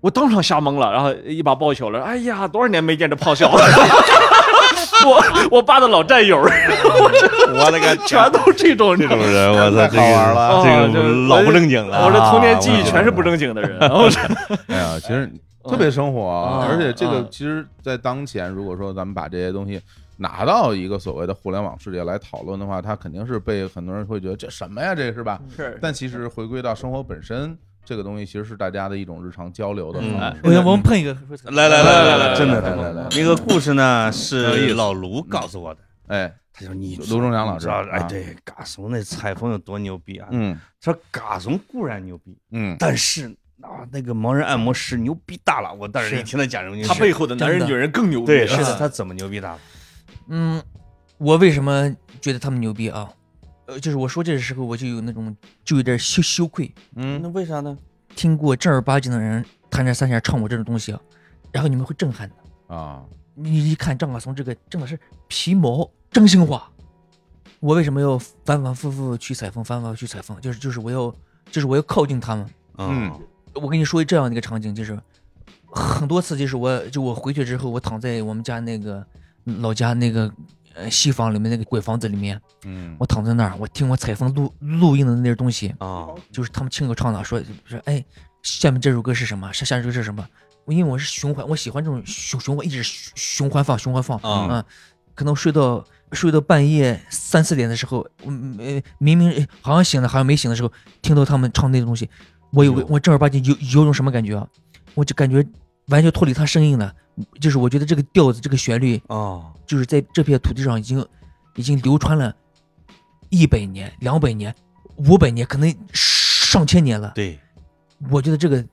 我当场吓懵了，然后一把抱起我了。哎呀，多少年没见这胖小子！ 我我爸的老战友，
我的个
全
天，
都这种
这种人，我操，
太
这
好玩了
个
哦
这
就
个
是
老不正经了啊。
我这童年记忆
我
全是不正经的人。然后是
哎呀，其实特别生活啊，
嗯
而且这个
嗯
其实，在当前，如果说咱们把这些东西拿到一个所谓的互联网世界来讨论的话，它肯定是被很多人会觉得这什么呀，这是 吧？
是
但其实回归到生活本身，这个东西其实是大家的一种日常交流的
嗯
方式。
哎我想我们碰一个，
来来来来
来
来，真的
来
真
来
的
来，
那个故事呢是老卢告诉我的，
哎，
他说你
卢中祥老师
知道哎
啊，
对，嘎怂那采风有多牛逼啊？
嗯
他说嘎怂固然牛逼，
嗯，
但是啊，那个盲人按摩师牛逼大了。我当时
是
一听他讲什么，
他背后的男人
真的
女人更牛逼。
对是
是
的，
的
他怎么牛逼大了？
嗯，我为什么觉得他们牛逼啊？呃，就是我说这时候我就有那种就有点羞羞愧，
嗯，
为啥呢？
听过正儿八经的人弹着三弦唱我这种东西啊，然后你们会震撼的。
啊，
你一看张嘎怂这个真的是皮毛真心话，我为什么要反反复复去采风，反反复复去采风？就是就是我要就是我要靠近他们。
嗯
我跟你说这样的一个场景，就是很多次，就是我就我回去之后，我躺在我们家那个老家那个呃西房里面那个鬼房子里面，
嗯
我躺在那儿，我听我采风录录音的那些东西，
啊，
就是他们亲口唱的，说说哎，下面这首歌是什么？下下一首歌是什么？我因为我是循环，我喜欢这种循循环，一直循循环放，循环放
啊
嗯可能睡到睡到半夜三四点的时候，嗯呃，明明呃好像醒了，好像没醒的时候，听到他们唱那种东西，我
哎
有个
哟
我正儿八经有有种什么感觉啊？我就感觉完全脱离他声音了，就是我觉得这个调子，这个旋律，
啊，
就是在这片土地上已经已经流传了一百年、两百年、五百年，可能上千年了。
对，
我觉得这个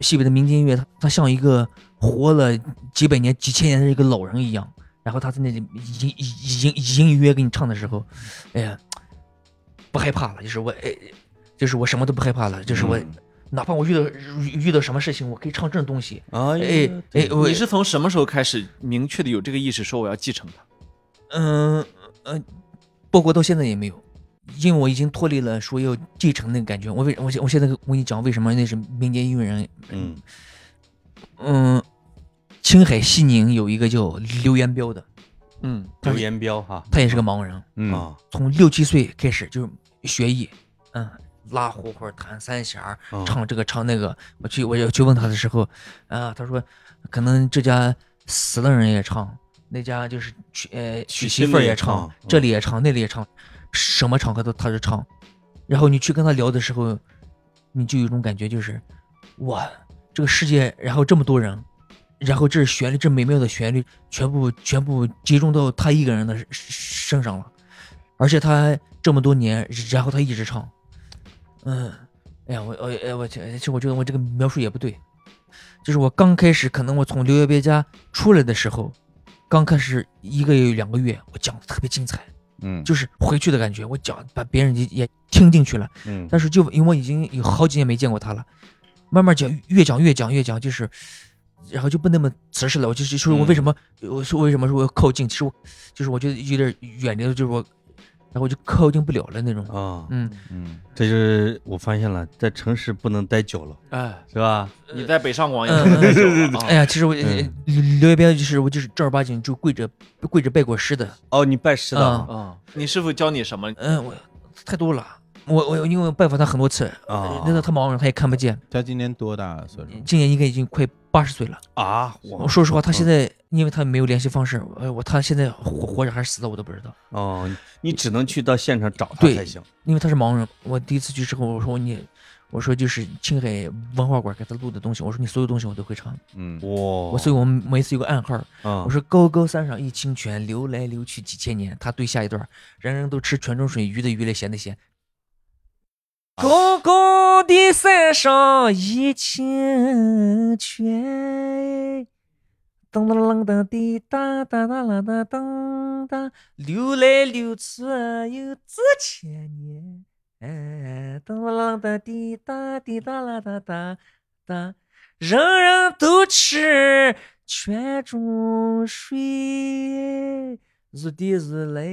西北的民间音乐，它它像一个活了几百年、几千年的一个老人一样，然后他在那里已经已已经已经隐约给你唱的时候，哎呀，不害怕了，就是我哎，就是我什么都不害怕了，就是我、
嗯
哪怕我遇到遇到什么事情，我可以唱这种东西。
哎
哎哎，我
你是从什么时候开始明确的有这个意识，说我要继承它？
嗯嗯，包括到现在也没有，因为我已经脱离了说要继承那个感觉。我为我现我现在我跟你讲为什么那是民间音乐人，
嗯
嗯，青海西宁有一个叫刘延彪的，
嗯，
他
刘
是
延彪哈
他也是个盲人，
嗯
啊，
从六七岁开始就是学艺，嗯，拉胡胡、弹三弦儿、
啊
唱这个唱那个。我去我要去问他的时候，啊，他说可能这家死了人也唱，那家就是娶呃娶
娶
媳
新
妇儿
的也
也唱
唱，嗯
这里也唱，那里也唱，什么场合都他都唱。然后你去跟他聊的时候，你就有一种感觉，就是哇，这个世界，然后这么多人，然后这旋律，这美妙的旋律，全部全部集中到他一个人的身身上了，而且他这么多年，然后他一直唱，嗯，哎呀，我我哎我去，其实我觉得我这个描述也不对，就是我刚开始，可能我从刘月别家出来的时候，刚开始一个月两个月，我讲的特别精彩，
嗯，
就是回去的感觉，我讲把别人也也听进去了。
嗯
但是就因为我已经有好几年没见过他了，慢慢讲，越讲越讲越讲，就是，然后就不那么瓷实了。我就是说我为什么，我说为什么说我要靠近？其实我就是我觉得有点远离了，就是我，然后我就靠近不了了那种。
啊，
嗯，
嗯
这就是我发现了，在城市不能待久了，
哎，
是吧？
你在北上广也
嗯
是很久了
哎
啊。
呀，其实我
嗯
刘一边就是我就是正儿八经就跪着跪着拜过师的。
哦，你拜师的啊
嗯，你师傅教你什么？
嗯，我太多了。我我因为我拜访他很多次，
啊
那个他盲人他也看不见，
他今年多大啊岁数？
今年应该已经快八十岁了。
啊，
我
我
说实话，他现
嗯
在因为他没有联系方式，呃，我他现在活活着还是死了我都不知道，
哦，你只能去到现场找他
对
才行。
因为他是盲人。我第一次去之后，我说你，我我说就是青海文化馆给他录的东西，我说你所有东西我都会唱，
嗯，
哇，啊
我所以我们每次有个暗号，
我
我说高高山上一清泉，流来流去几千年。他对下一段，人人都吃泉中水，鱼的鱼来咸的咸。高高的山上一清泉，噔噔噔噔滴答答答啦哒噔哒，流来流去有几千年。哎，噔噔噔噔滴答滴答啦哒哒哒，人人都吃泉中水，日的日来，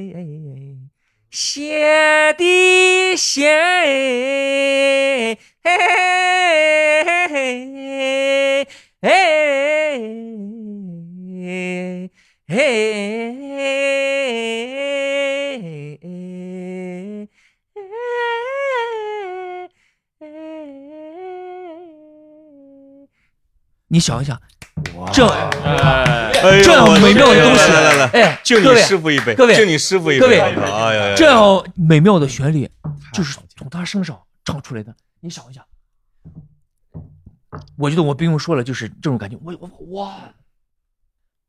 咸的咸。嘿嘿嘿嘿嘿嘿你想一想，这
哎，
哦哎呦
这样
我的
美妙的
天
东西
来来来，
哎，
敬
各
你
位
师傅一杯，
各位
敬你师傅一杯，
各位
好吧哎呀，哎呀
这样美妙的旋律就是
太好听
从他身上唱出来的。你想一想，我觉得我不用说了，就是这种感觉。我我哇！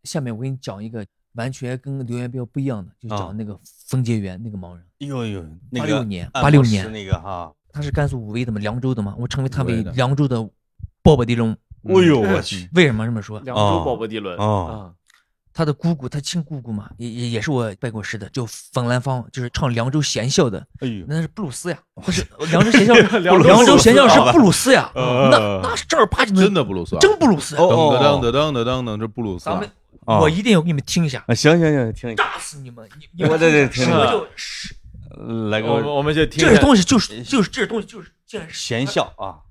下面我给你讲一个完全跟刘元彪不一样的，就
啊
讲那个冯杰元那个盲人，
哎呦呦，那个
86年
按
86
摩师
年
那个哈，
他是甘肃武威的嘛，凉州的嘛，我称为他
武威
为
的
凉州的鲍勃迪龙。
嗯
哎呦我去，
为什么这么说？
两周鲍勃迪伦
啊
哦，
啊他的姑姑，他亲姑姑嘛，也也也是我拜过师的，叫冯兰芳，就是唱凉州弦校的，
哎呦，
那是布鲁斯呀，
哦
不是凉州 弦校，
凉州
凉州弦校
布鲁斯
啊
好吧
是布鲁斯呀，
呃
那那是正儿八经
嗯真的布鲁斯啊，
真布鲁斯。
哦
噔噔噔噔噔噔噔，这布鲁斯啊
咱们
哦
我一定要给你们听一下，
啊，行行行，听一
炸死你们！你你们
我这这
什
啊
么就是
个，来
我们
个
我们就听
这个东西就是
哎
就是这东西就是竟然是
弦笑啊，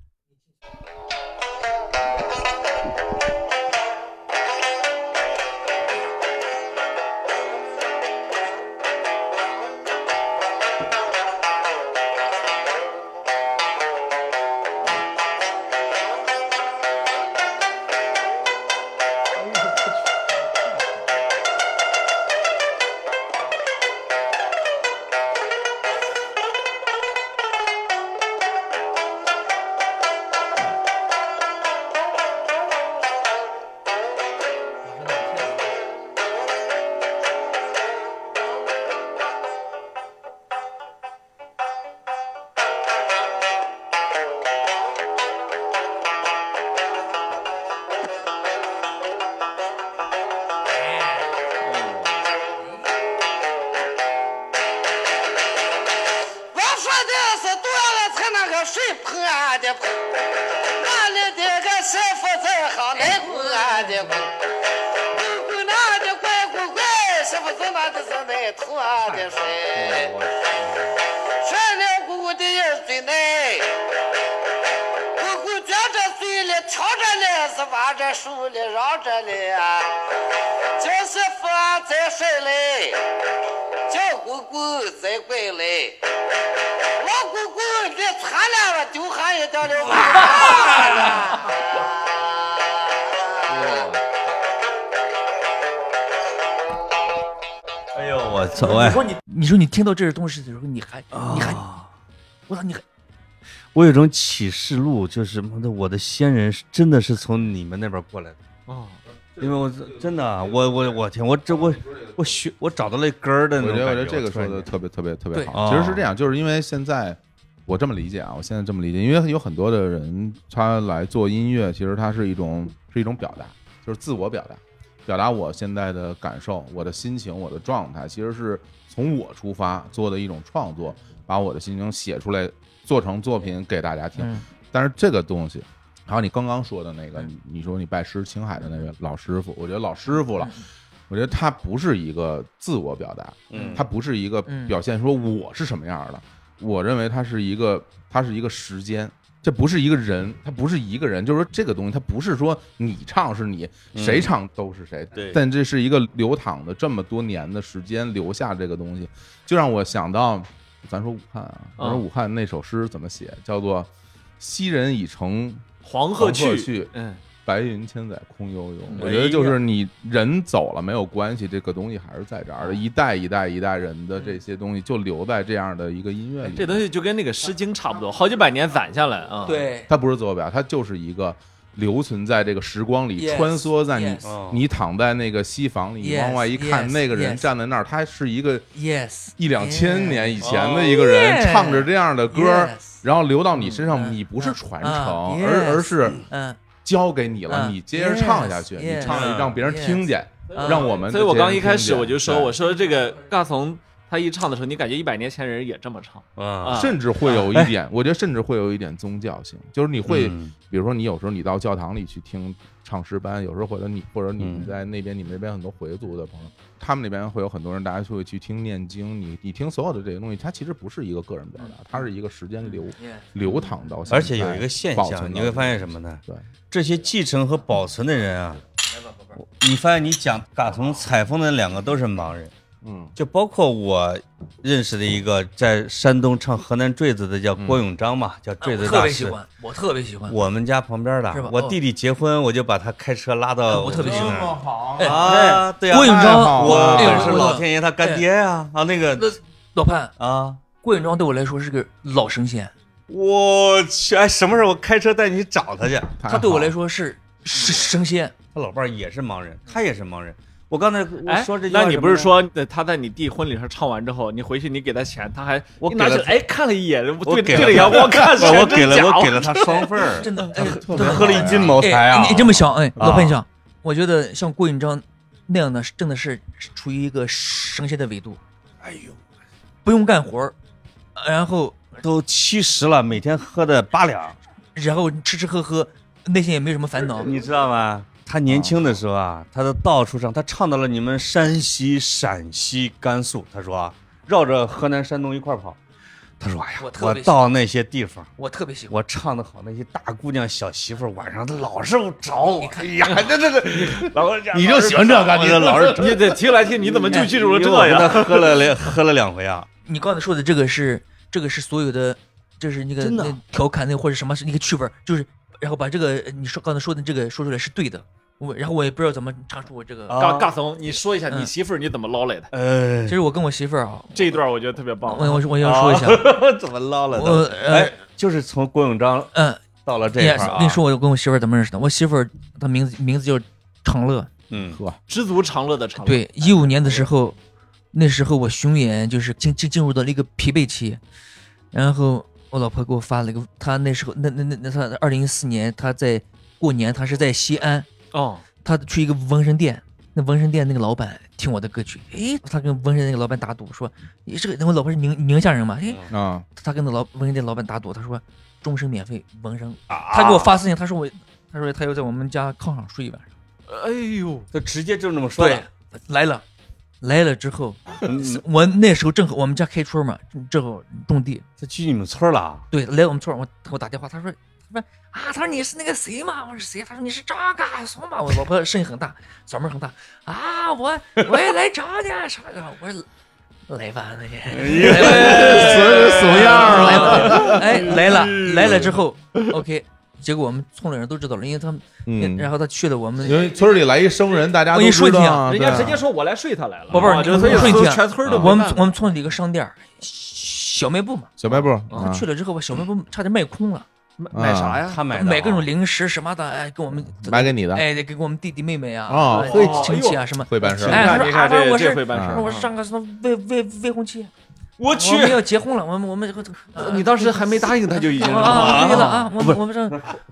我说的是多了才那个水盆的盆，俺的这个媳妇在行内滚俺的滚，滚滚俺的乖滚乖，媳妇子那的是那头俺的水，全了姑姑的一嘴内，姑姑撅着嘴里挑着嘞，是挖着手里嚷着嘞啊，叫媳妇啊在水嘞，叫姑姑在怪嘞。我姑姑你惨了，我丢下一条了。啊
哎呦我操，哎
我，说你你说你听到这些东西的时候，你还
啊
你还我操你还
我有种启示录，就是妈的，我的先人是真的是从你们那边过来的，
哦，
因为我真的啊，我我我天，我这我我学我找到了根儿的
我
那
觉
种
得，
感
我觉得这个
突
说
然
的
间哦
特别特别特别
对
好。其实是这样，就是因为现在我这么理解啊，我现在这么理解，因为有很多的人他来做音乐，其实它是一种是一种表达，就是自我表达，表达我现在的感受、我的心情、我的状态，其实是从我出发做的一种创作，把我的心情写出来，做成作品给大家听。
嗯
但是这个东西，还有你刚刚说的那个，你你说你拜师青海的那个老师傅，我觉得老师傅了，我觉得他不是一个自我表达，
嗯
他不是一个
嗯
表现说我是什么样的，我认为他是一个，他是一个时间。这不是一个人，他不是一个人，就是说这个东西，它不是说你唱是你，谁唱都是谁。
对
但这是一个流淌的这么多年的时间留下这个东西，就让我想到，咱说武汉啊，咱说
嗯
武汉那首诗怎么写，叫做“昔人已乘
黄
黄
鹤
鹤
去，
去
嗯，
白云千载空悠悠。我觉得就是你人走了没有关系，这个东西还是在这儿的，一代一代一代人的这些东西就留在这样的一个音乐里。
这东西就跟那个《诗经》差不多，好几百年攒下来啊。，
对，
它不是自我表达，它就是一个留存在这个时光里
Yes，
穿梭在你啊
yes
哦
你躺在那个西房里你
Yes，
往外一看
yes，
那个人
yes
站在那儿，他是一个
yes，
一两千
yeah
年以前的一个人，
Yeah
唱着这样的歌儿
Yes，
然后流到你身上，
嗯
你不是传
嗯
承，
嗯
而
yes，
而是
嗯，
交给你了，
嗯
你接着唱下去，
yes，
你唱
yes，
让别人
yes，
听见，
嗯
让我们
所以我
这些人
刚一开始
听见
我就说，
对
我说这个嘎怂他一唱的时候，你感觉一百年前人也这么唱
啊哎
啊，
甚至会有一点，我觉得甚至会有一点宗教性，就是你会，
嗯
比如说你有时候你到教堂里去听唱诗班，有时候或者你或者你
嗯
们在那边，你们那边很多回族的朋友，他们那边会有很多人，大家就会去听念经，你你听所有的这些东西，它其实不是一个个人表达，它是一个时间流流淌到现
嗯
在，
而且有一个现
保存到
象，你会发现什么呢？
对，
这些继承和保存的人啊，你发现你讲打从采风的两个都是盲人，
嗯
就包括我认识的一个在山东唱河南坠子的叫郭永章嘛，叫坠子
特
大
别喜
师。
欢，嗯哎我特别喜欢。
我们家旁边
是吧哦哎
的，我弟弟结婚，我就把他开车拉到
我特别喜欢
好
哎
啊，对呀，
郭永
太
章，
好
我
了
哎呦
是
我
老天爷他干爹呀，啊那
那
个
老潘，
啊，
郭永章对我来说是个老神仙，
我去，哎，什么时候我开车带你去找他去？
太
他对我
好
来
了
说是神神仙。
他老伴儿也是盲人，他也是盲人。我刚才我
哎，
说这句话
那你
什么
不是
呢
说呃他在你弟婚礼上唱完之后，你回去你给他钱，他还
我
你拿
给
起
了
来哎看了一眼，
我
对
给
对
了
了一眼，
他
我看
我我给了我给
了，
了他双份儿，
真的，哎，真
他
的
喝了一斤茅台
哎
啊！
你你这么想，哎，老潘
啊
你想，我觉得像郭永章那样的，真的是处于一个神仙的维度，
哎呦，
不用干活儿，然后
都七十了，每天喝的八两，
然后吃吃喝喝，内心也没什么烦恼。
你知道吗？他年轻的时候啊，他都到处唱，他唱到了你们山西、陕西、甘肃，他说啊，绕着河南、山东一块儿跑。他说：“哎呀
我，特
我
别喜
到那些地方，
我特别喜欢，
我唱的好，那些大姑娘、小媳妇儿晚上她老是找我。哎呀，这这这，老是
你就喜欢这个，你
老是找
你得听来听，你怎么就记住了这
我跟他
呀？
喝了两喝了两回啊。
你刚才说的这个是这个是所有的，这是那个
真的
那调侃那或者什么是那个趣味儿，就是然后把这个呃你说刚才说的这个说出来是对的，我然后我也不知道怎么唱出我这个。
啊
嘎嘎怂，你说一下
嗯
你媳妇儿你怎么捞来的？
呃
其，实我跟我媳妇儿啊，
这一段我觉得特别棒。
我我我要说 一下，
怎么捞了
我
的？
呃
哎，就是从郭永章
嗯，
到了这
也是
一块儿啊。
跟你说，我跟我媳妇儿怎么认识的？我媳妇儿她名字名字叫长乐，
嗯，
知足常乐的常乐，
对，一五年的时候，那时候我巡演就是进进进入到了一个疲惫期，然后我老婆给我发了一个，她那时候那那那那她二零一四年她在过年，她是在西安，
哦，
她去一个纹身店，那纹身店那个老板听我的歌曲，诶，她跟纹身那个老板打赌说，诶，这个我老婆是宁宁夏人嘛，诶，
啊，
她跟那老纹身店老板打赌，她说终身免费纹身，她给我发私信，她说我，她说她要在我们家炕上睡一晚上，
哎呦，
就直接就这么说的。
来了，来了之后。
嗯
我那时候正好我们家开春嘛，正好种地。
他去你们村儿了啊？
对，来我们村儿，我给我打电话，他说，他说啊，他说你是那个谁嘛？我说谁？他说你是张嘎怂嘛？我老婆声音很大，嗓门很大啊，我我也来找你啊，啥 的。我说来吧，那个来吧
哎
怂怂样儿
来
了，
吧，哎来了来了之后，OK，结果我们村里人都知道了，因为他们，
嗯
然后他去了我们
因为村儿里来一生人，大家
我
都
一说
知道
你
啊，
啊
人家
对
直接说我来睡他来了，
宝贝儿，
啊
你
就所以
顺一
所有
听，
全村儿都
啊我们
明白
我们村里一个商店儿，小卖部嘛，
小卖部
他
啊，
哦去了之后把小卖部差点卖空了。
买买啥呀？
他买的啊
买各种零食什么的，哎，给我们
买给
啊
你的，
哎，给我们弟弟妹妹啊，
啊
哎
会
亲戚啊什么。
会办事儿。
哎他
你看
说
你
啊
看这
我是
这会办事
啊
儿
说。我上个什么未未未婚妻，
我
我们要结婚了，我们我们
啊你当时还没答应他就已
啊
经是
啊，对了啊，我们我们 这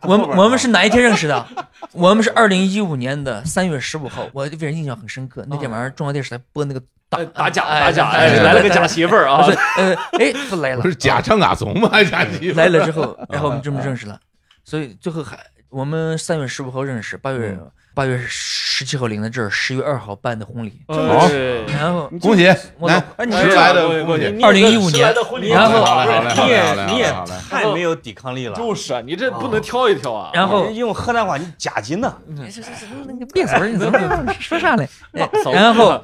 我们
啊
我们是哪一天认识的？我们是二零一五年的三月十五号，我对这人印象很深刻。那天晚上中央电视台播那个打
哎打假
哎
打假，
哎
哎，来了个假媳妇儿啊
不！是呃哎他来 了
不是假唱嘎怂吗？假鸡
来了之后，然后我们这么认识了，所以最后还我们三月十五号认识，八月八月十七号领的证，十月二号办的婚礼，
好
对
然后
恭喜！
我
来
老，
哎，你
迟
这
来的恭喜！
2015年然后
好嘞，好嘞，好
你
嘞，
也
好嘞，
你也
好嘞。
太没有抵抗力了。
就是啊，你这不能挑一挑啊！
然后
用河南话，你假金呢？
哎是是是那个别嘴儿，你怎么说啥嘞？哎
走
然 后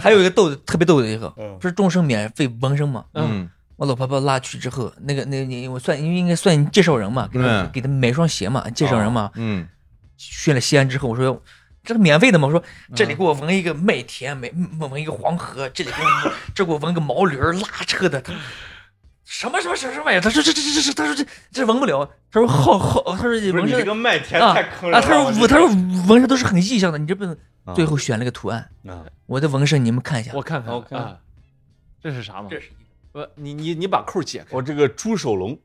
还有一个逗的特别逗的一个
嗯，
不是终生免费纹身吗？
嗯，
我老婆把我拉去之后，那个那个你我算因为应该算介绍人嘛，给他
嗯
给他买双鞋嘛，介绍人嘛，
嗯，
去了西安之后，我说这个免费的嘛，我说
嗯
这里给我纹一个麦田，没纹一个黄河，这里给我这给我纹个毛驴儿拉车的，他什么什么什么什么玩意儿？他说这这这这这，他说这这纹不了，他说好好，他说
不是
纹
你这
身
个麦田
啊
太坑人了。
啊，他说
我
我他说纹身都是很意象的，你这不能。
啊
最后选了个图案，
啊，
我的纹身你们看一下，
我看
哦
看，
我看
啊这是啥吗？
这是
不，你你你把扣解开。
我这个朱守龙，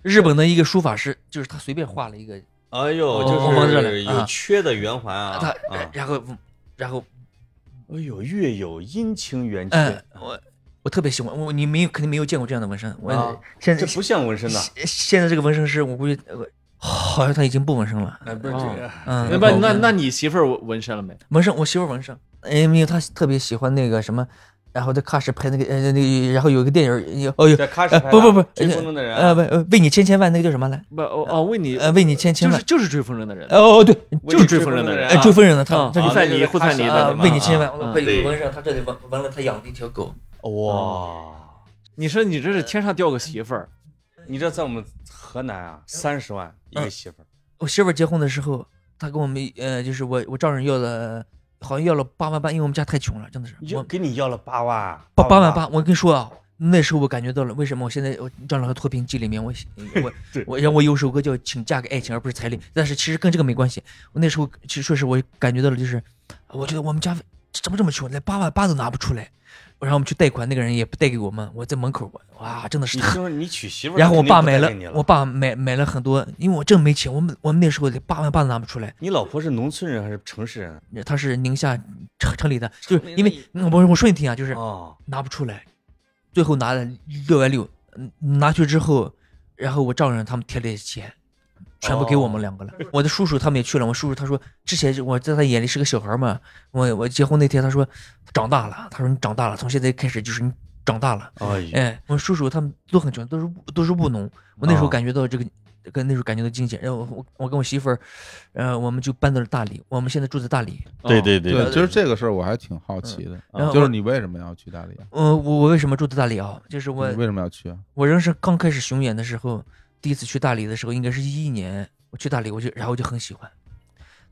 日本的一个书法师，就是他随便画了一个
哎呦，
哦往这
就是
里啊
有缺的圆环啊
他，
啊，
然后然后
哎呦，月有阴晴圆
嗯
缺，，
我我特别喜欢，我你没有肯定没有见过这样的纹身，我、
啊
现在
这不像纹身呐。
现现在这个纹身师，我估计、呃好像他已经不纹身了，
哎，不是
这
这
个
嗯，
那不，那那你媳妇儿纹纹身了没？
纹身，我媳妇儿纹身，哎因为她特别喜欢那个什么，然后在喀什拍那个呃那个，然后有一个电影儿，哦
在
呦，
喀什
呃
拍
不不
的
不，
追风筝的人啊
呃不呃为你千千万那个叫什么来？
不，哦哦，为你
呃，为你千千
就是
万，
就是追风筝的人，
哦哦对，
就
为
是追
你追
风
风
筝
筝
的
的
人
人
呃追风筝的他
啊，
这
胡
里
啊
赛尼，
那个
胡赛尼
喀什
的
啊
啊
对吗
为你千千
啊
万，
啊
我被纹身，他这里纹纹了他养的一条狗，
哇，
你说你这是天上掉个媳妇儿，
你这在我们河南啊，三十万一个媳妇儿，
我媳妇儿结婚的时候，她跟我们呃，就是我我丈人要了，好像要了八万八，因为我们家太穷了，真的是
你就
我
给你要了八万，
八八万八。我跟你说啊，那时候我感觉到了为什么我现在我丈人和脱贫记里面我我
对
我让我有首歌叫《请嫁给爱情而不是彩礼》，但是其实跟这个没关系。我那时候其实说实我感觉到了，就是我觉得我们家怎么这么穷，连八万八都拿不出来。然后我们去贷款，那个人也不贷给我们，我在门口哇，真的 是
你听说你娶媳妇儿，
然后我
肯定
爸
不
买
带
了
给你，了
我爸买买了很多，因为我真没钱，我们我们那时候连八万八都拿不出来。
你老婆是农村人还是城市人？
他是宁夏城城里的，就是因
城
为
里
嗯我我说你听啊，就是
哦，
拿不出来，最后拿了六万六，嗯拿去之后，然后我丈人他们贴了钱，全部给我们两个了。我的叔叔他们也去了，我叔叔他说之前我在他眼里是个小孩嘛，我我结婚那天他说长大了，他说你长大了，从现在开始就是你长大了。
哎呦，
哎，我叔叔他们都很穷，都是务都是务农。我那时候
啊
感觉到这个，跟那时候感觉到境界。然后我我跟我媳妇儿，呃，我们就搬到了大理，我们现在住在大理。
呃对
哦
对对
对，其嗯实这个事儿我还挺好奇的，
然后
就是
我，
你为什么要去大理啊？
呃，我我为什么住在大理啊？就是我
你为什么要去啊？
我人生刚开始巡演的时候，第一次去大理的时候，应该是一一年，我去大理，我就然后我就很喜欢，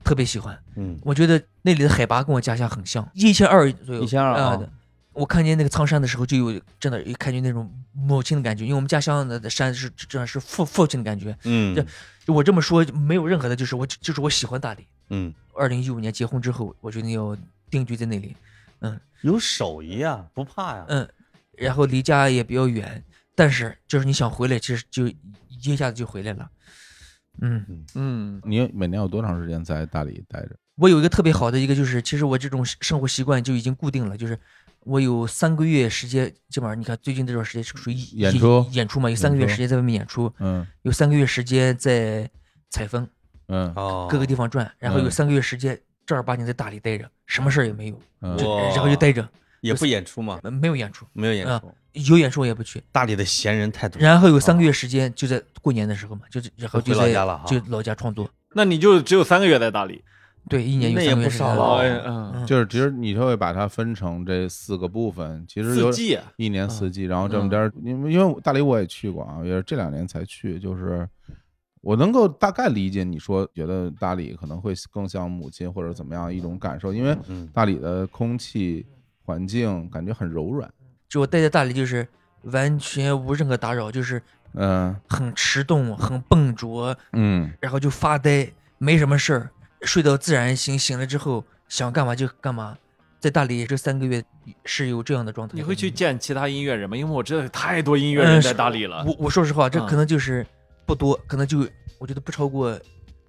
特别喜欢。
嗯，
我觉得那里的海拔跟我家乡很像，一千二左右。
1200
啊
啊
对我看见那个苍山的时候，就有真的有感觉那种母亲的感觉，因为我们家乡的的山是真的是父父亲的感觉。
嗯
这就我这么说没有任何的，就是我就是我喜欢大理。
嗯，
二零一五年结婚之后，我决定要定居在那里，
有手艺啊，不怕呀。
嗯，然后离家也比较远，但是就是你想回来，其实就一下子就回来了。嗯，
嗯，
你每年有多长时间在大理待着？
我有一个特别好的一个，就是其实我这种生活习惯就已经固定了，就是我有三个月时间，基本上你看最近这段时间是属于
演出
演出嘛，有三个月
演出
时间在外面演出，
嗯
有三个月时间在采风，
嗯
哦，
各个地方转，然后有
嗯
三个月时间正儿八经在大理待着，什么事儿也没有，
嗯
我哇
然后就待着，
也不演出嘛，
没没有演出，嗯
没有演出。
有演出我也不去。
大理的闲人太多。
然后有三个月时间就在过年的时候嘛，就是然后
回
就
老
在
家了哈
就老家创作，
那你就只有三个月在大理。
对，一年有
那
三个
也
月
不
时
少
间
了
哎
哦
嗯，
就是其实你就会把它分成这四个部分，其实有
四季啊
一年四季，然后这么点儿，因为因为大理我也去过啊，也是这两年才去，就是我能够大概理解你说觉得大理可能会更像母亲或者怎么样一种感受，因为
嗯
大理的空气环境感觉很柔软，
就我待在大理就是完全无任何打扰，就是
嗯
很迟钝，很笨拙，
嗯
然后就发呆，没什么事儿，睡到自然醒，醒了之后想干嘛就干嘛。在大理这三个月是有这样的状态。嗯
你会去见其他音乐人吗？因为我知道有太多音乐
呃
人在大理了。
我我说实话，这
嗯
可能就是不多，可能就我觉得不超过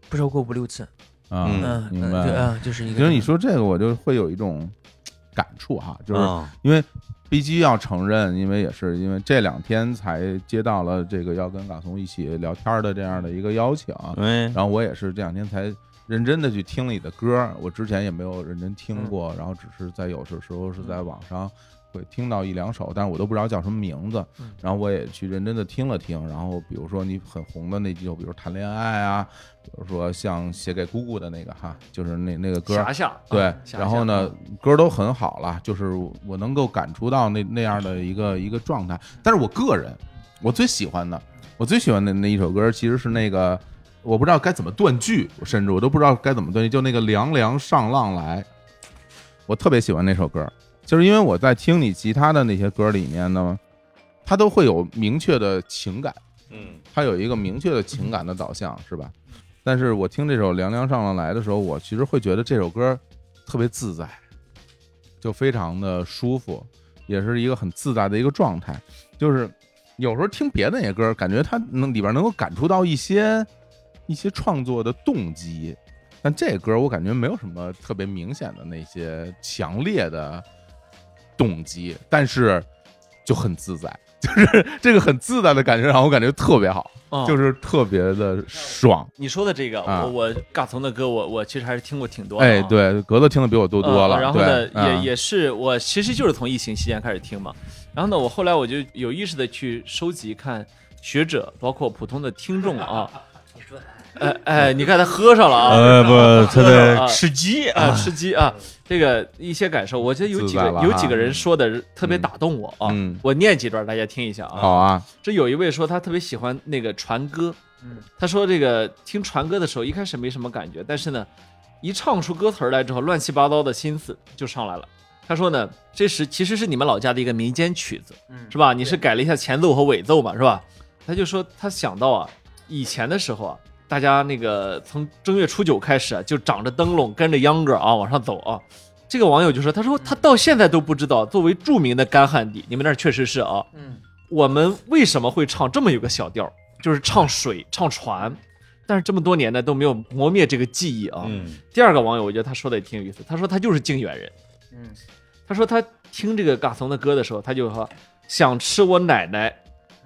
不超过五六次。
啊，
嗯，
明
可能
白
就嗯，就是一
其
个。
实你说这个，我就会有一种感触哈，就是
啊
因为必须要承认，因为也是因为这两天才接到了这个要跟嘎怂一起聊天的这样的一个邀请，啊
嗯，
然后我也是这两天才认真的去听了你的歌，我之前也没有认真听过，然后只是在有时时候是在网上会听到一两首，但是我都不知道叫什么名字
嗯，
然后我也去认真的听了听，然后比如说你很红的那几首，比如谈恋爱啊，比如说像写给姑姑的那个哈，就是那那个歌，
遐想，
对
啊，
然后？呢，歌都很好了，就是我能够感触到那那样的一个一个状态。但是我个人，我最喜欢的，我最喜欢的那一首歌其实是那个我不知道该怎么断句，我甚至我都不知道该怎么断句，就那个凉凉上浪来，我特别喜欢那首歌，就是因为我在听你其他的那些歌里面呢，它都会有明确的情感，
嗯，
它有一个明确的情感的导向，是吧？但是我听这首《凉凉上浪来》的时候，我其实会觉得这首歌特别自在，就非常的舒服，也是一个很自在的一个状态。就是有时候听别的那些歌，感觉它能里边能够感触到一些一些创作的动机，但这歌我感觉没有什么特别明显的那些强烈的动机，但是就很自在，就是这个很自在的感觉让我感觉特别好。
嗯
就是特别的爽。
你说的这个，
啊
我我嘎怂的歌，我我其实还是听过挺多的啊。
哎，对，格子听的比我多
嗯
多了。
然后呢，
对嗯
也也是我其实就是从疫情期间开始听嘛。然后呢，我后来我就有意识的去收集看学者，包括普通的听众啊。哎哎，你看他喝上了
嗯
啊，
呃，不，他
啊
在吃鸡啊，
啊，吃鸡啊，这个一些感受，我觉得有几
自
个
在了啊
有几个人说的特别
嗯
打动我啊
嗯，
我念几段大家听一下啊。
好啊，
这有一位说他特别喜欢那个船歌，
嗯
他说这个听船歌的时候一开始没什么感觉，但是呢，一唱出歌词儿来之后，乱七八糟的心思就上来了。他说呢，这是其实是你们老家的一个民间曲子，
嗯
是吧？你是改了一下前奏和尾奏嘛，是吧？他就说他想到啊，以前的时候啊，大家那个从正月初九开始啊，就长着灯笼跟着秧歌啊往上走啊。这个网友就说，他说他到现在都不知道，作为著名的干旱地，你们那儿确实是啊，
嗯，
我们为什么会唱这么有个小调儿，就是唱水、唱船，但是这么多年呢都没有磨灭这个记忆啊。
嗯，
第二个网友我觉得他说的也挺有意思，他说他就是靖远人，
嗯，
他说他听这个嘎怂的歌的时候，他就说想吃我奶奶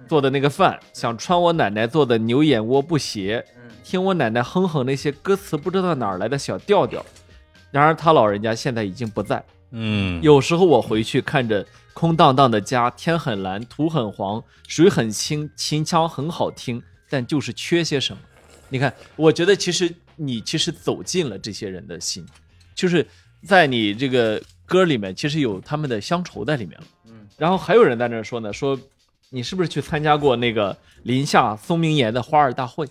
做的那个饭，想穿我奶奶做的牛眼窝布鞋，听我奶奶哼哼那些歌词不知道哪儿来的小调调。然而他老人家现在已经不在，
嗯，
有时候我回去看着空荡荡的家，天很蓝，土很黄，水很清，琴腔很好听，但就是缺些什么。你看，我觉得其实你其实走进了这些人的心，就是在你这个歌里面，其实有他们的乡愁在里面了。嗯，然后还有人在那儿说呢，说你是不是去参加过那个临夏松明岩的花儿大会？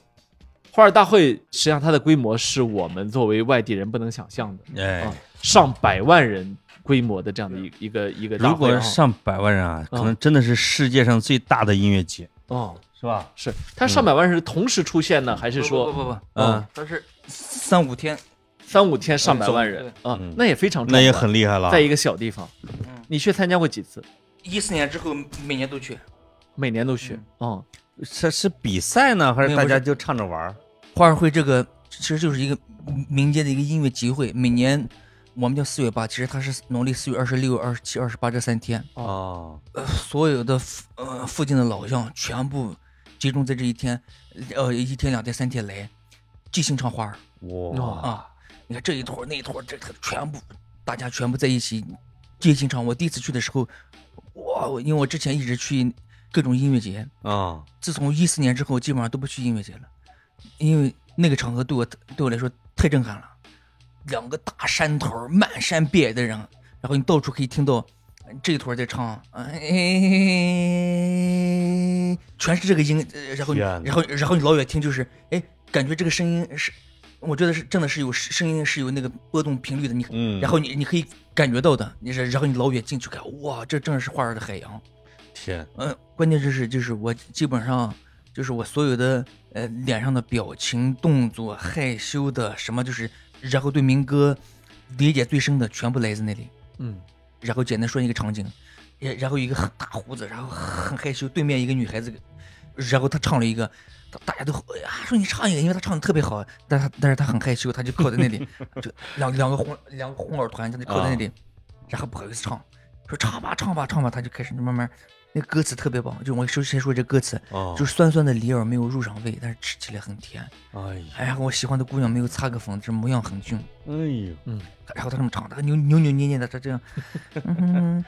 花儿大会实际上它的规模是我们作为外地人不能想象的。
哎
啊，，上百万人规模的这样的一一个一个大
如
会
果
啊，
上百万人啊，
嗯
可能真的是世界上最大的音乐节，
哦，
是吧？
是它上百万是同时出现呢，还是
不
说
不不不，
嗯，
他是三五天，
三五天上百万人啊
嗯？
那也非常壮观
那也很厉害了。
在一个小地方
嗯，
你去参加过几次？
一四年之后每年都去
每年都去
嗯，
哦，
这是比赛呢，还
没
是
有
大
不是
家就唱着玩儿？
花儿会这个其实就是一个民间的一个音乐集会，每年我们叫四月八，其实它是农历四月二十六、二十七、二十八这三天，
啊
哦，
呃，所有的附呃附近的老乡全部集中在这一天，呃，一天、两天、三天来，即兴唱花儿
哇，
啊！你看这一坨儿那一坨儿，这个全部大家全部在一起即兴唱。我第一次去的时候，哇！我因为我之前一直去各种音乐节，
啊，
自从一四年之后，基本上都不去音乐节了，因为那个场合对我对我来说太震撼了。两个大山头儿满山遍野的人，然后你到处可以听到呃这一坨儿在唱，哎，全是这个音，呃然后你
天哪
然后然后你老远听就是，哎，感觉这个声音是，我觉得是真的是有声音是有那个波动频率的，你
嗯，
然后你你可以感觉到的，你是然后你老远进去看，哇，这正是花儿的海洋。
天，
嗯，关键就是就是我基本上就是我所有的呃脸上的表情、动作、害羞的什么，就是然后对民歌理解最深的全部来自那里。
嗯，
然后简单说一个场景，也然后一个很大胡子，然后很害羞，对面一个女孩子，然后她唱了一个，大大家都哎呀说你唱一个，因为她唱的特别好，但她但是她很害羞，她就靠在那里，就两两个红两个红耳团，她就靠在那里，然后不好意思唱，说唱吧唱吧唱吧，她就开始慢慢。那歌词特别棒，就我首先说这歌词，
哦
就是酸酸的梨儿没有入上胃，但是吃起来很甜。
哎呀，
哎呀，我喜欢的姑娘没有擦个粉，这模样很俊。
哎呦，
嗯
然后他这么唱，他扭扭扭捏捏的，他这样。嗯哼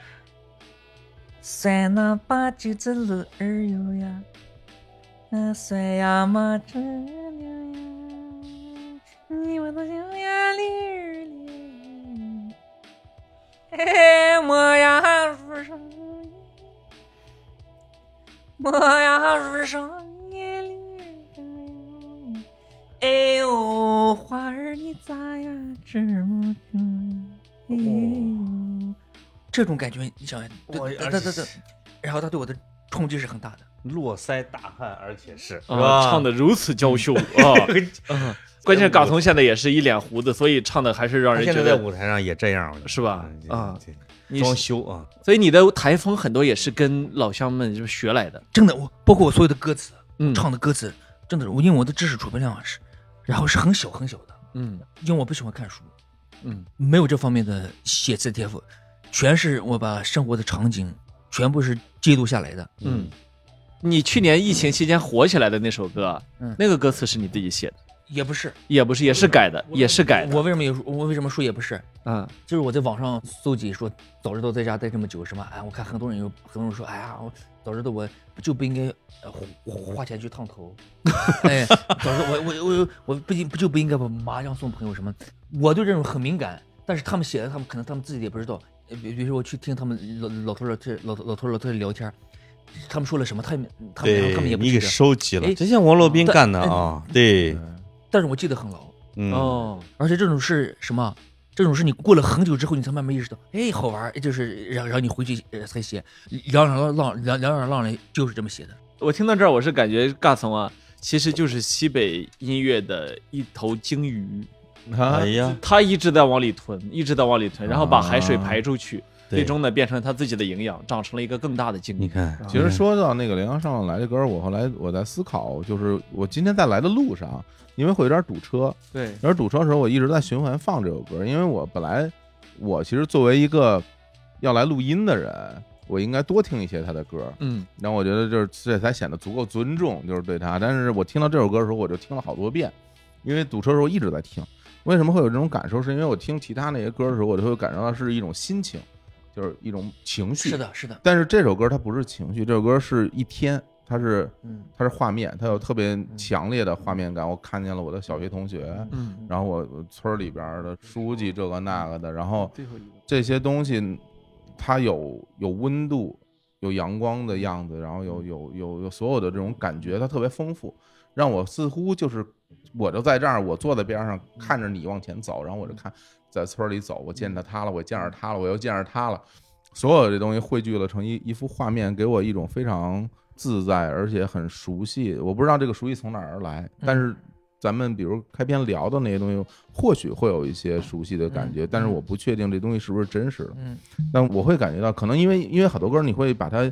酸那把橘子路儿哟呀，那酸呀嘛这牛呀，你我都想呀哩儿哩，嘿我呀树上，我呀树上呀哩儿哩。哎儿你咋呀？这么哎哦，这种感觉，你想，
我
对
而
对对
且
对，然后他对我的冲击是很大的。
络腮大汉，而且是是
啊，
吧
唱 的如此娇羞啊！嗯关键是嘎怂现在也是一脸胡子，所以唱的还是让
他
人
现
觉
在在
得
舞台上也这样，我觉得
是吧
嗯
啊
这
你
装
是
修啊，
所以你的台风很多也是跟老乡们就是学来的，
真的，我包括我所有的歌词，
嗯，
唱的歌词，真的是我因为我的知识储备量啊是，然后是很小很小的，
嗯
因为我不喜欢看书，
嗯
没有这方面的写字天赋，全是我把生活的场景全部是记录下来的。
嗯。你去年疫情期间火起来的那首歌，
嗯
那个歌词是你自己写的，
也不是，
也不是，也是改的，也是改的。
我为什么有我为什么说也不是？
嗯
就是我在网上搜集说，早知道在家待这么久是吧？哎，我看很多人有很多人说，哎呀，我早知道我就不应该呃花花钱去烫头， 哎，早知道我我我我不应不就不应该把麻将送朋友什么？我对这种很敏感，但是他们写的，他们可能他们自己也不知道。呃比比如说我去听他们老老头老太老老头老太太聊天，他们说了什么，他们他们他们也不
你给
啊
记得，
收集了，
哎
这像王洛宾
但
干
哎
的啊，
嗯
对，
但是我记得很牢。
嗯，
哦，
而且这种是什么？这种是你过了很久之后，你才慢慢意识到，哎，好玩儿，就是让让你回去呃才写。两两浪浪两两两浪人就是这么写的。
我听到这儿，我是感觉嘎怂啊，其实就是西北音乐的一头鲸鱼，
哎
啊，
呀，
它一直在往里吞，一直在往里吞，然后把海水排出去，
对
最终呢变成它自己的营养，长成了一个更大的鲸
你
鱼。
看，
其实说到那个《羚羊上来》这歌，我后来我在思考，就是我今天在来的路上，因为会有点堵车，
对，
然后堵车的时候，我一直在循环放这首歌，因为我本来我其实作为一个要来录音的人，我应该多听一些他的歌，
嗯
然后我觉得就是这才显得足够尊重，就是对他。但是我听到这首歌的时候，我就听了好多遍，因为堵车的时候一直在听。为什么会有这种感受？是因为我听其他那些歌的时候，我就会感受到是一种心情，就是一种情绪。
是。的，是的，
但是这首歌它不是情绪，这首歌是一天，它是
嗯，
它是画面，它有特别强烈的画面感。我看见了我的小学同学，
嗯，
然后我我村儿里边儿的书记这个那个的，然后
最后一个，
这些东西它有有温度，有阳光的样子，然后
嗯
有有有有所有的这种感觉，它特别丰富，让我似乎就是我就在这儿，我坐在边上
嗯
看着你往前走，然后我就看在村儿里走，我
嗯
见着他了，我见着他了，我又见着他了，所有的东西汇聚了成一一幅画面，给我一种非常自在而且很熟悉，我不知道这个熟悉从哪儿而来，但
嗯
是。咱们比如开篇聊的那些东西，或许会有一些熟悉的感觉，但是我不确定这东西是不是真实的。
嗯，
但我会感觉到，可能因为因为很多歌，你会把它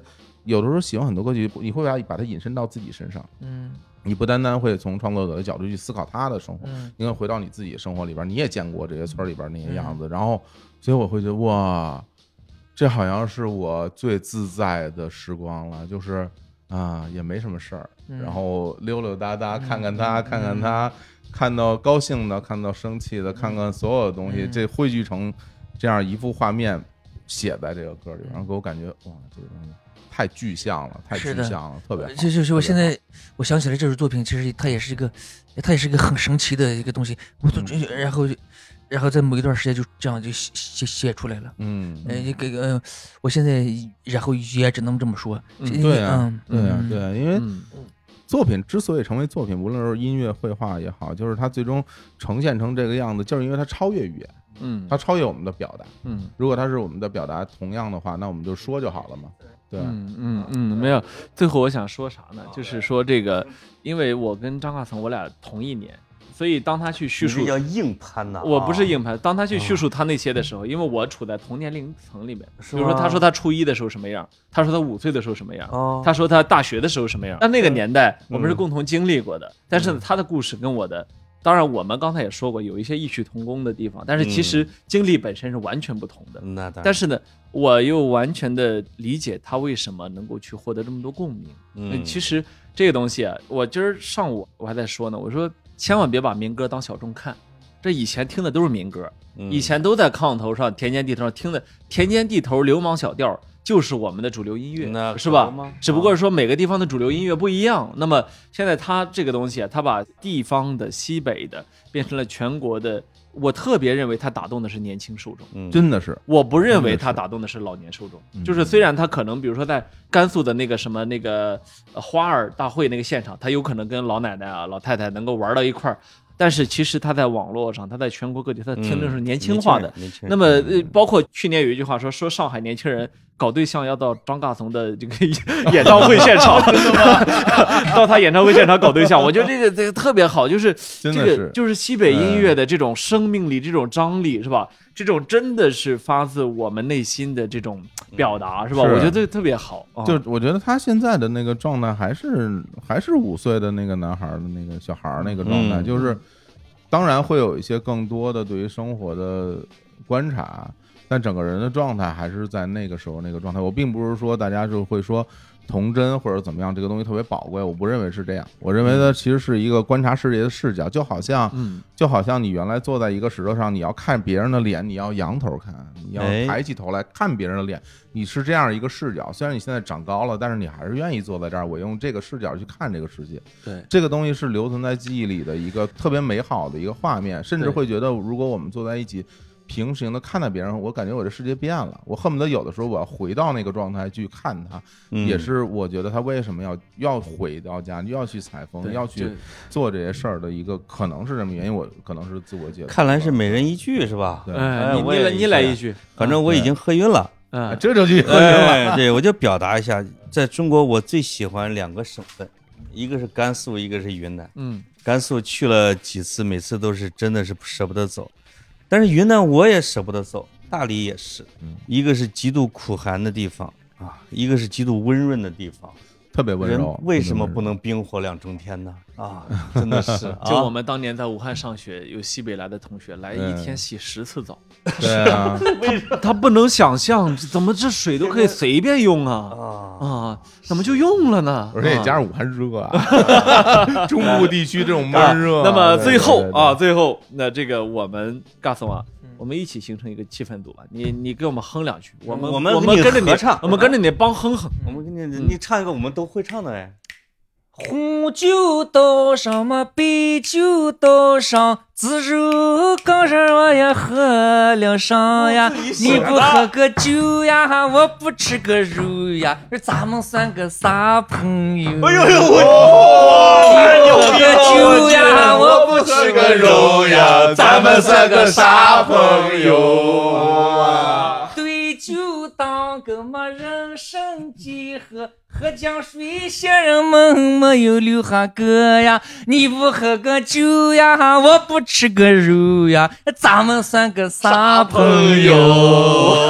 有的时候喜欢很多歌曲，你会把把它引申到自己身上。
嗯，
你不单单会从创作者的角度去思考他的生活，
嗯
你会回到你自己生活里边，你也见过这些村里边那些样
嗯
子，然后，所以我会觉得哇，这好像是我最自在的时光了，就是啊，也没什么事儿，
嗯
然后溜溜达达，看看他，看看他，看到高兴的，看到生气
嗯
的，看看所有的东西，这汇聚成这样一幅画面，写在这个歌里边，然后给我感觉哇，这个东西太具象了，太具
是的呃
象了，特别好。
这就是我
特别
现
好
在我想起来这首作品，其实它也是一个，它也是一个很神奇的一个东西。我总觉得然后，然后在某一段时间就这样就写写写出来了。
嗯，
呃，给呃，我现在然后也只能这么说。
嗯
对啊
嗯，
对啊
嗯，
对啊，因为
嗯
作品之所以成为作品，无论是音乐、绘画也好，就是它最终呈现成这个样子，就是因为它超越语言，
嗯
它超越我们的表达。
嗯。
如果它是我们的表达同样的话，那我们就说就好了嘛。对，啊
嗯嗯嗯，没有。最后我想说啥呢？就是说这个，因为我跟张大成我俩同一年，所以当他去叙
你
述
这，叫硬攀呐，
我不是
啊嗯
硬盘，当他去叙述他那些的时候，因为我处在同年龄层里面，
是
比如说
吗
他说他初一的时候什么样，他说他五岁的时候什么样，
哦
他说他大学的时候什么样。但那个年代我们是共同经历过
嗯
的，但是呢他的故事跟我的。当然，我们刚才也说过有一些异曲同工的地方，但是其
嗯
实经历本身是完全不同的。
那当然，
但是呢，我又完全的理解他为什么能够去获得这么多共鸣。
嗯
呃其实这个东西啊，我今儿上午我还在说呢，我说千万别把民歌当小众看，这以前听的都是民歌，
嗯
以前都在炕头上、田间地头上听的，田间地头、流氓小调就是我们的主流音乐，
那可
是
不
吧
吗？嗯
只不过是说每个地方的主流音乐不一样。那么现在它这个东西啊，它把地方的、西北的变成了全国的。我特别认为它打动的是年轻受众，
嗯
真的是，
我不认为他打动的是嗯老年受众，就是虽然他可能，比如说在甘肃的那个什么那个呃花儿大会那个现场，他有可能跟老奶奶啊、老太太能够玩到一块儿，但是其实他在网络上，他在全国各地，他的听众是年轻化的。
年轻人，
那么，呃
嗯，
包括去年有一句话说，说上海年轻人搞对象要到张大同的这 个演唱会现场， 到他演唱会现场搞对象，我觉得这个这个特别好，就是这
真的
个
是嗯
就是西北音乐的这种生命力、这种张力，是吧？这种真的是发自我们内心的这种表达，是吧？
嗯是
我觉得这特别好，啊
就我觉得他现在的那个状态，还是还是五岁的那个男孩儿的那个小孩儿那个状态，
嗯
就是当然会有一些更多的对于生活的观察，但整个人的状态还是在那个时候那个状态。我并不是说大家就会说童真或者怎么样，这个东西特别宝贵，我不认为是这样。我认为它其实是一个观察世界的视角，就好像
嗯，
就好像你原来坐在一个石头上，你要看别人的脸，你要仰头看，你要
哎
抬起头来看别人的脸，你是这样一个视角。虽然你现在长高了，但是你还是愿意坐在这儿，我用这个视角去看这个世界。
对，
这个东西是留存在记忆里的一个特别美好的一个画面，甚至
对
会觉得，如果我们坐在一起。平行的看待别人，我感觉我这世界变了。我恨不得有的时候我要回到那个状态去看他，
嗯
也是我觉得他为什么要要回到家，要去采风，
对
要去
对
做这些事儿的一个，可能是这么原因，我可能是自我解读。
看来是每人一句是吧？
对
哎，你
我
你
也
来你来
一
一
句
句，
反正我已经喝晕了。
哎
嗯，
这就去
哎，对，我就表达一下，在中国我最喜欢两个省份，一个是甘肃，一个是云南。
嗯
甘肃去了几次，每次都是真的是舍不得走，但是云南我也舍不得走，大理也是，一个是极度苦寒的地方啊，一个是极度温润的地方。
特别温
人
柔。
为什么不能冰火两重天呢？啊，真的是啊，
就我们当年在武汉上学，有西北来的同学来
嗯
一天洗十次澡，
对啊，
他不能想象怎么这水都可以随便用啊
啊，
啊，怎么就用了呢？
而且也加上武汉热啊，中部地区这种闷热啊。
那么
对
最后啊，，
对对
最后那这个我们嘎怂啊，
嗯
我们一起形成一个气氛组吧，你你给我们哼两句，我们
我
我
们你
跟着你
合唱
我们跟着你帮哼哼。
我们给你你唱一个我们都会唱的哎，
红酒倒上嘛，白酒倒上，自酒刚上我也喝了上呀。你不喝个酒呀，我不吃个肉呀，这咱们算个啥朋友？哎呦呦，我不喝个酒呀，我不吃个肉呀，咱们算个啥朋友？对酒当歌嘛，人生几何？喝江水，闲人们没有留下歌呀。你不喝个酒呀，我不吃个肉呀，咱们算个啥朋友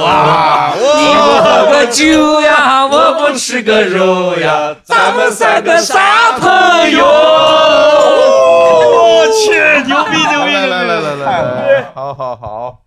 啊？你不喝个酒呀，我不吃个肉呀，咱们算个啥朋友？
哦
我去，牛逼牛逼！
来来来来来来，好好好，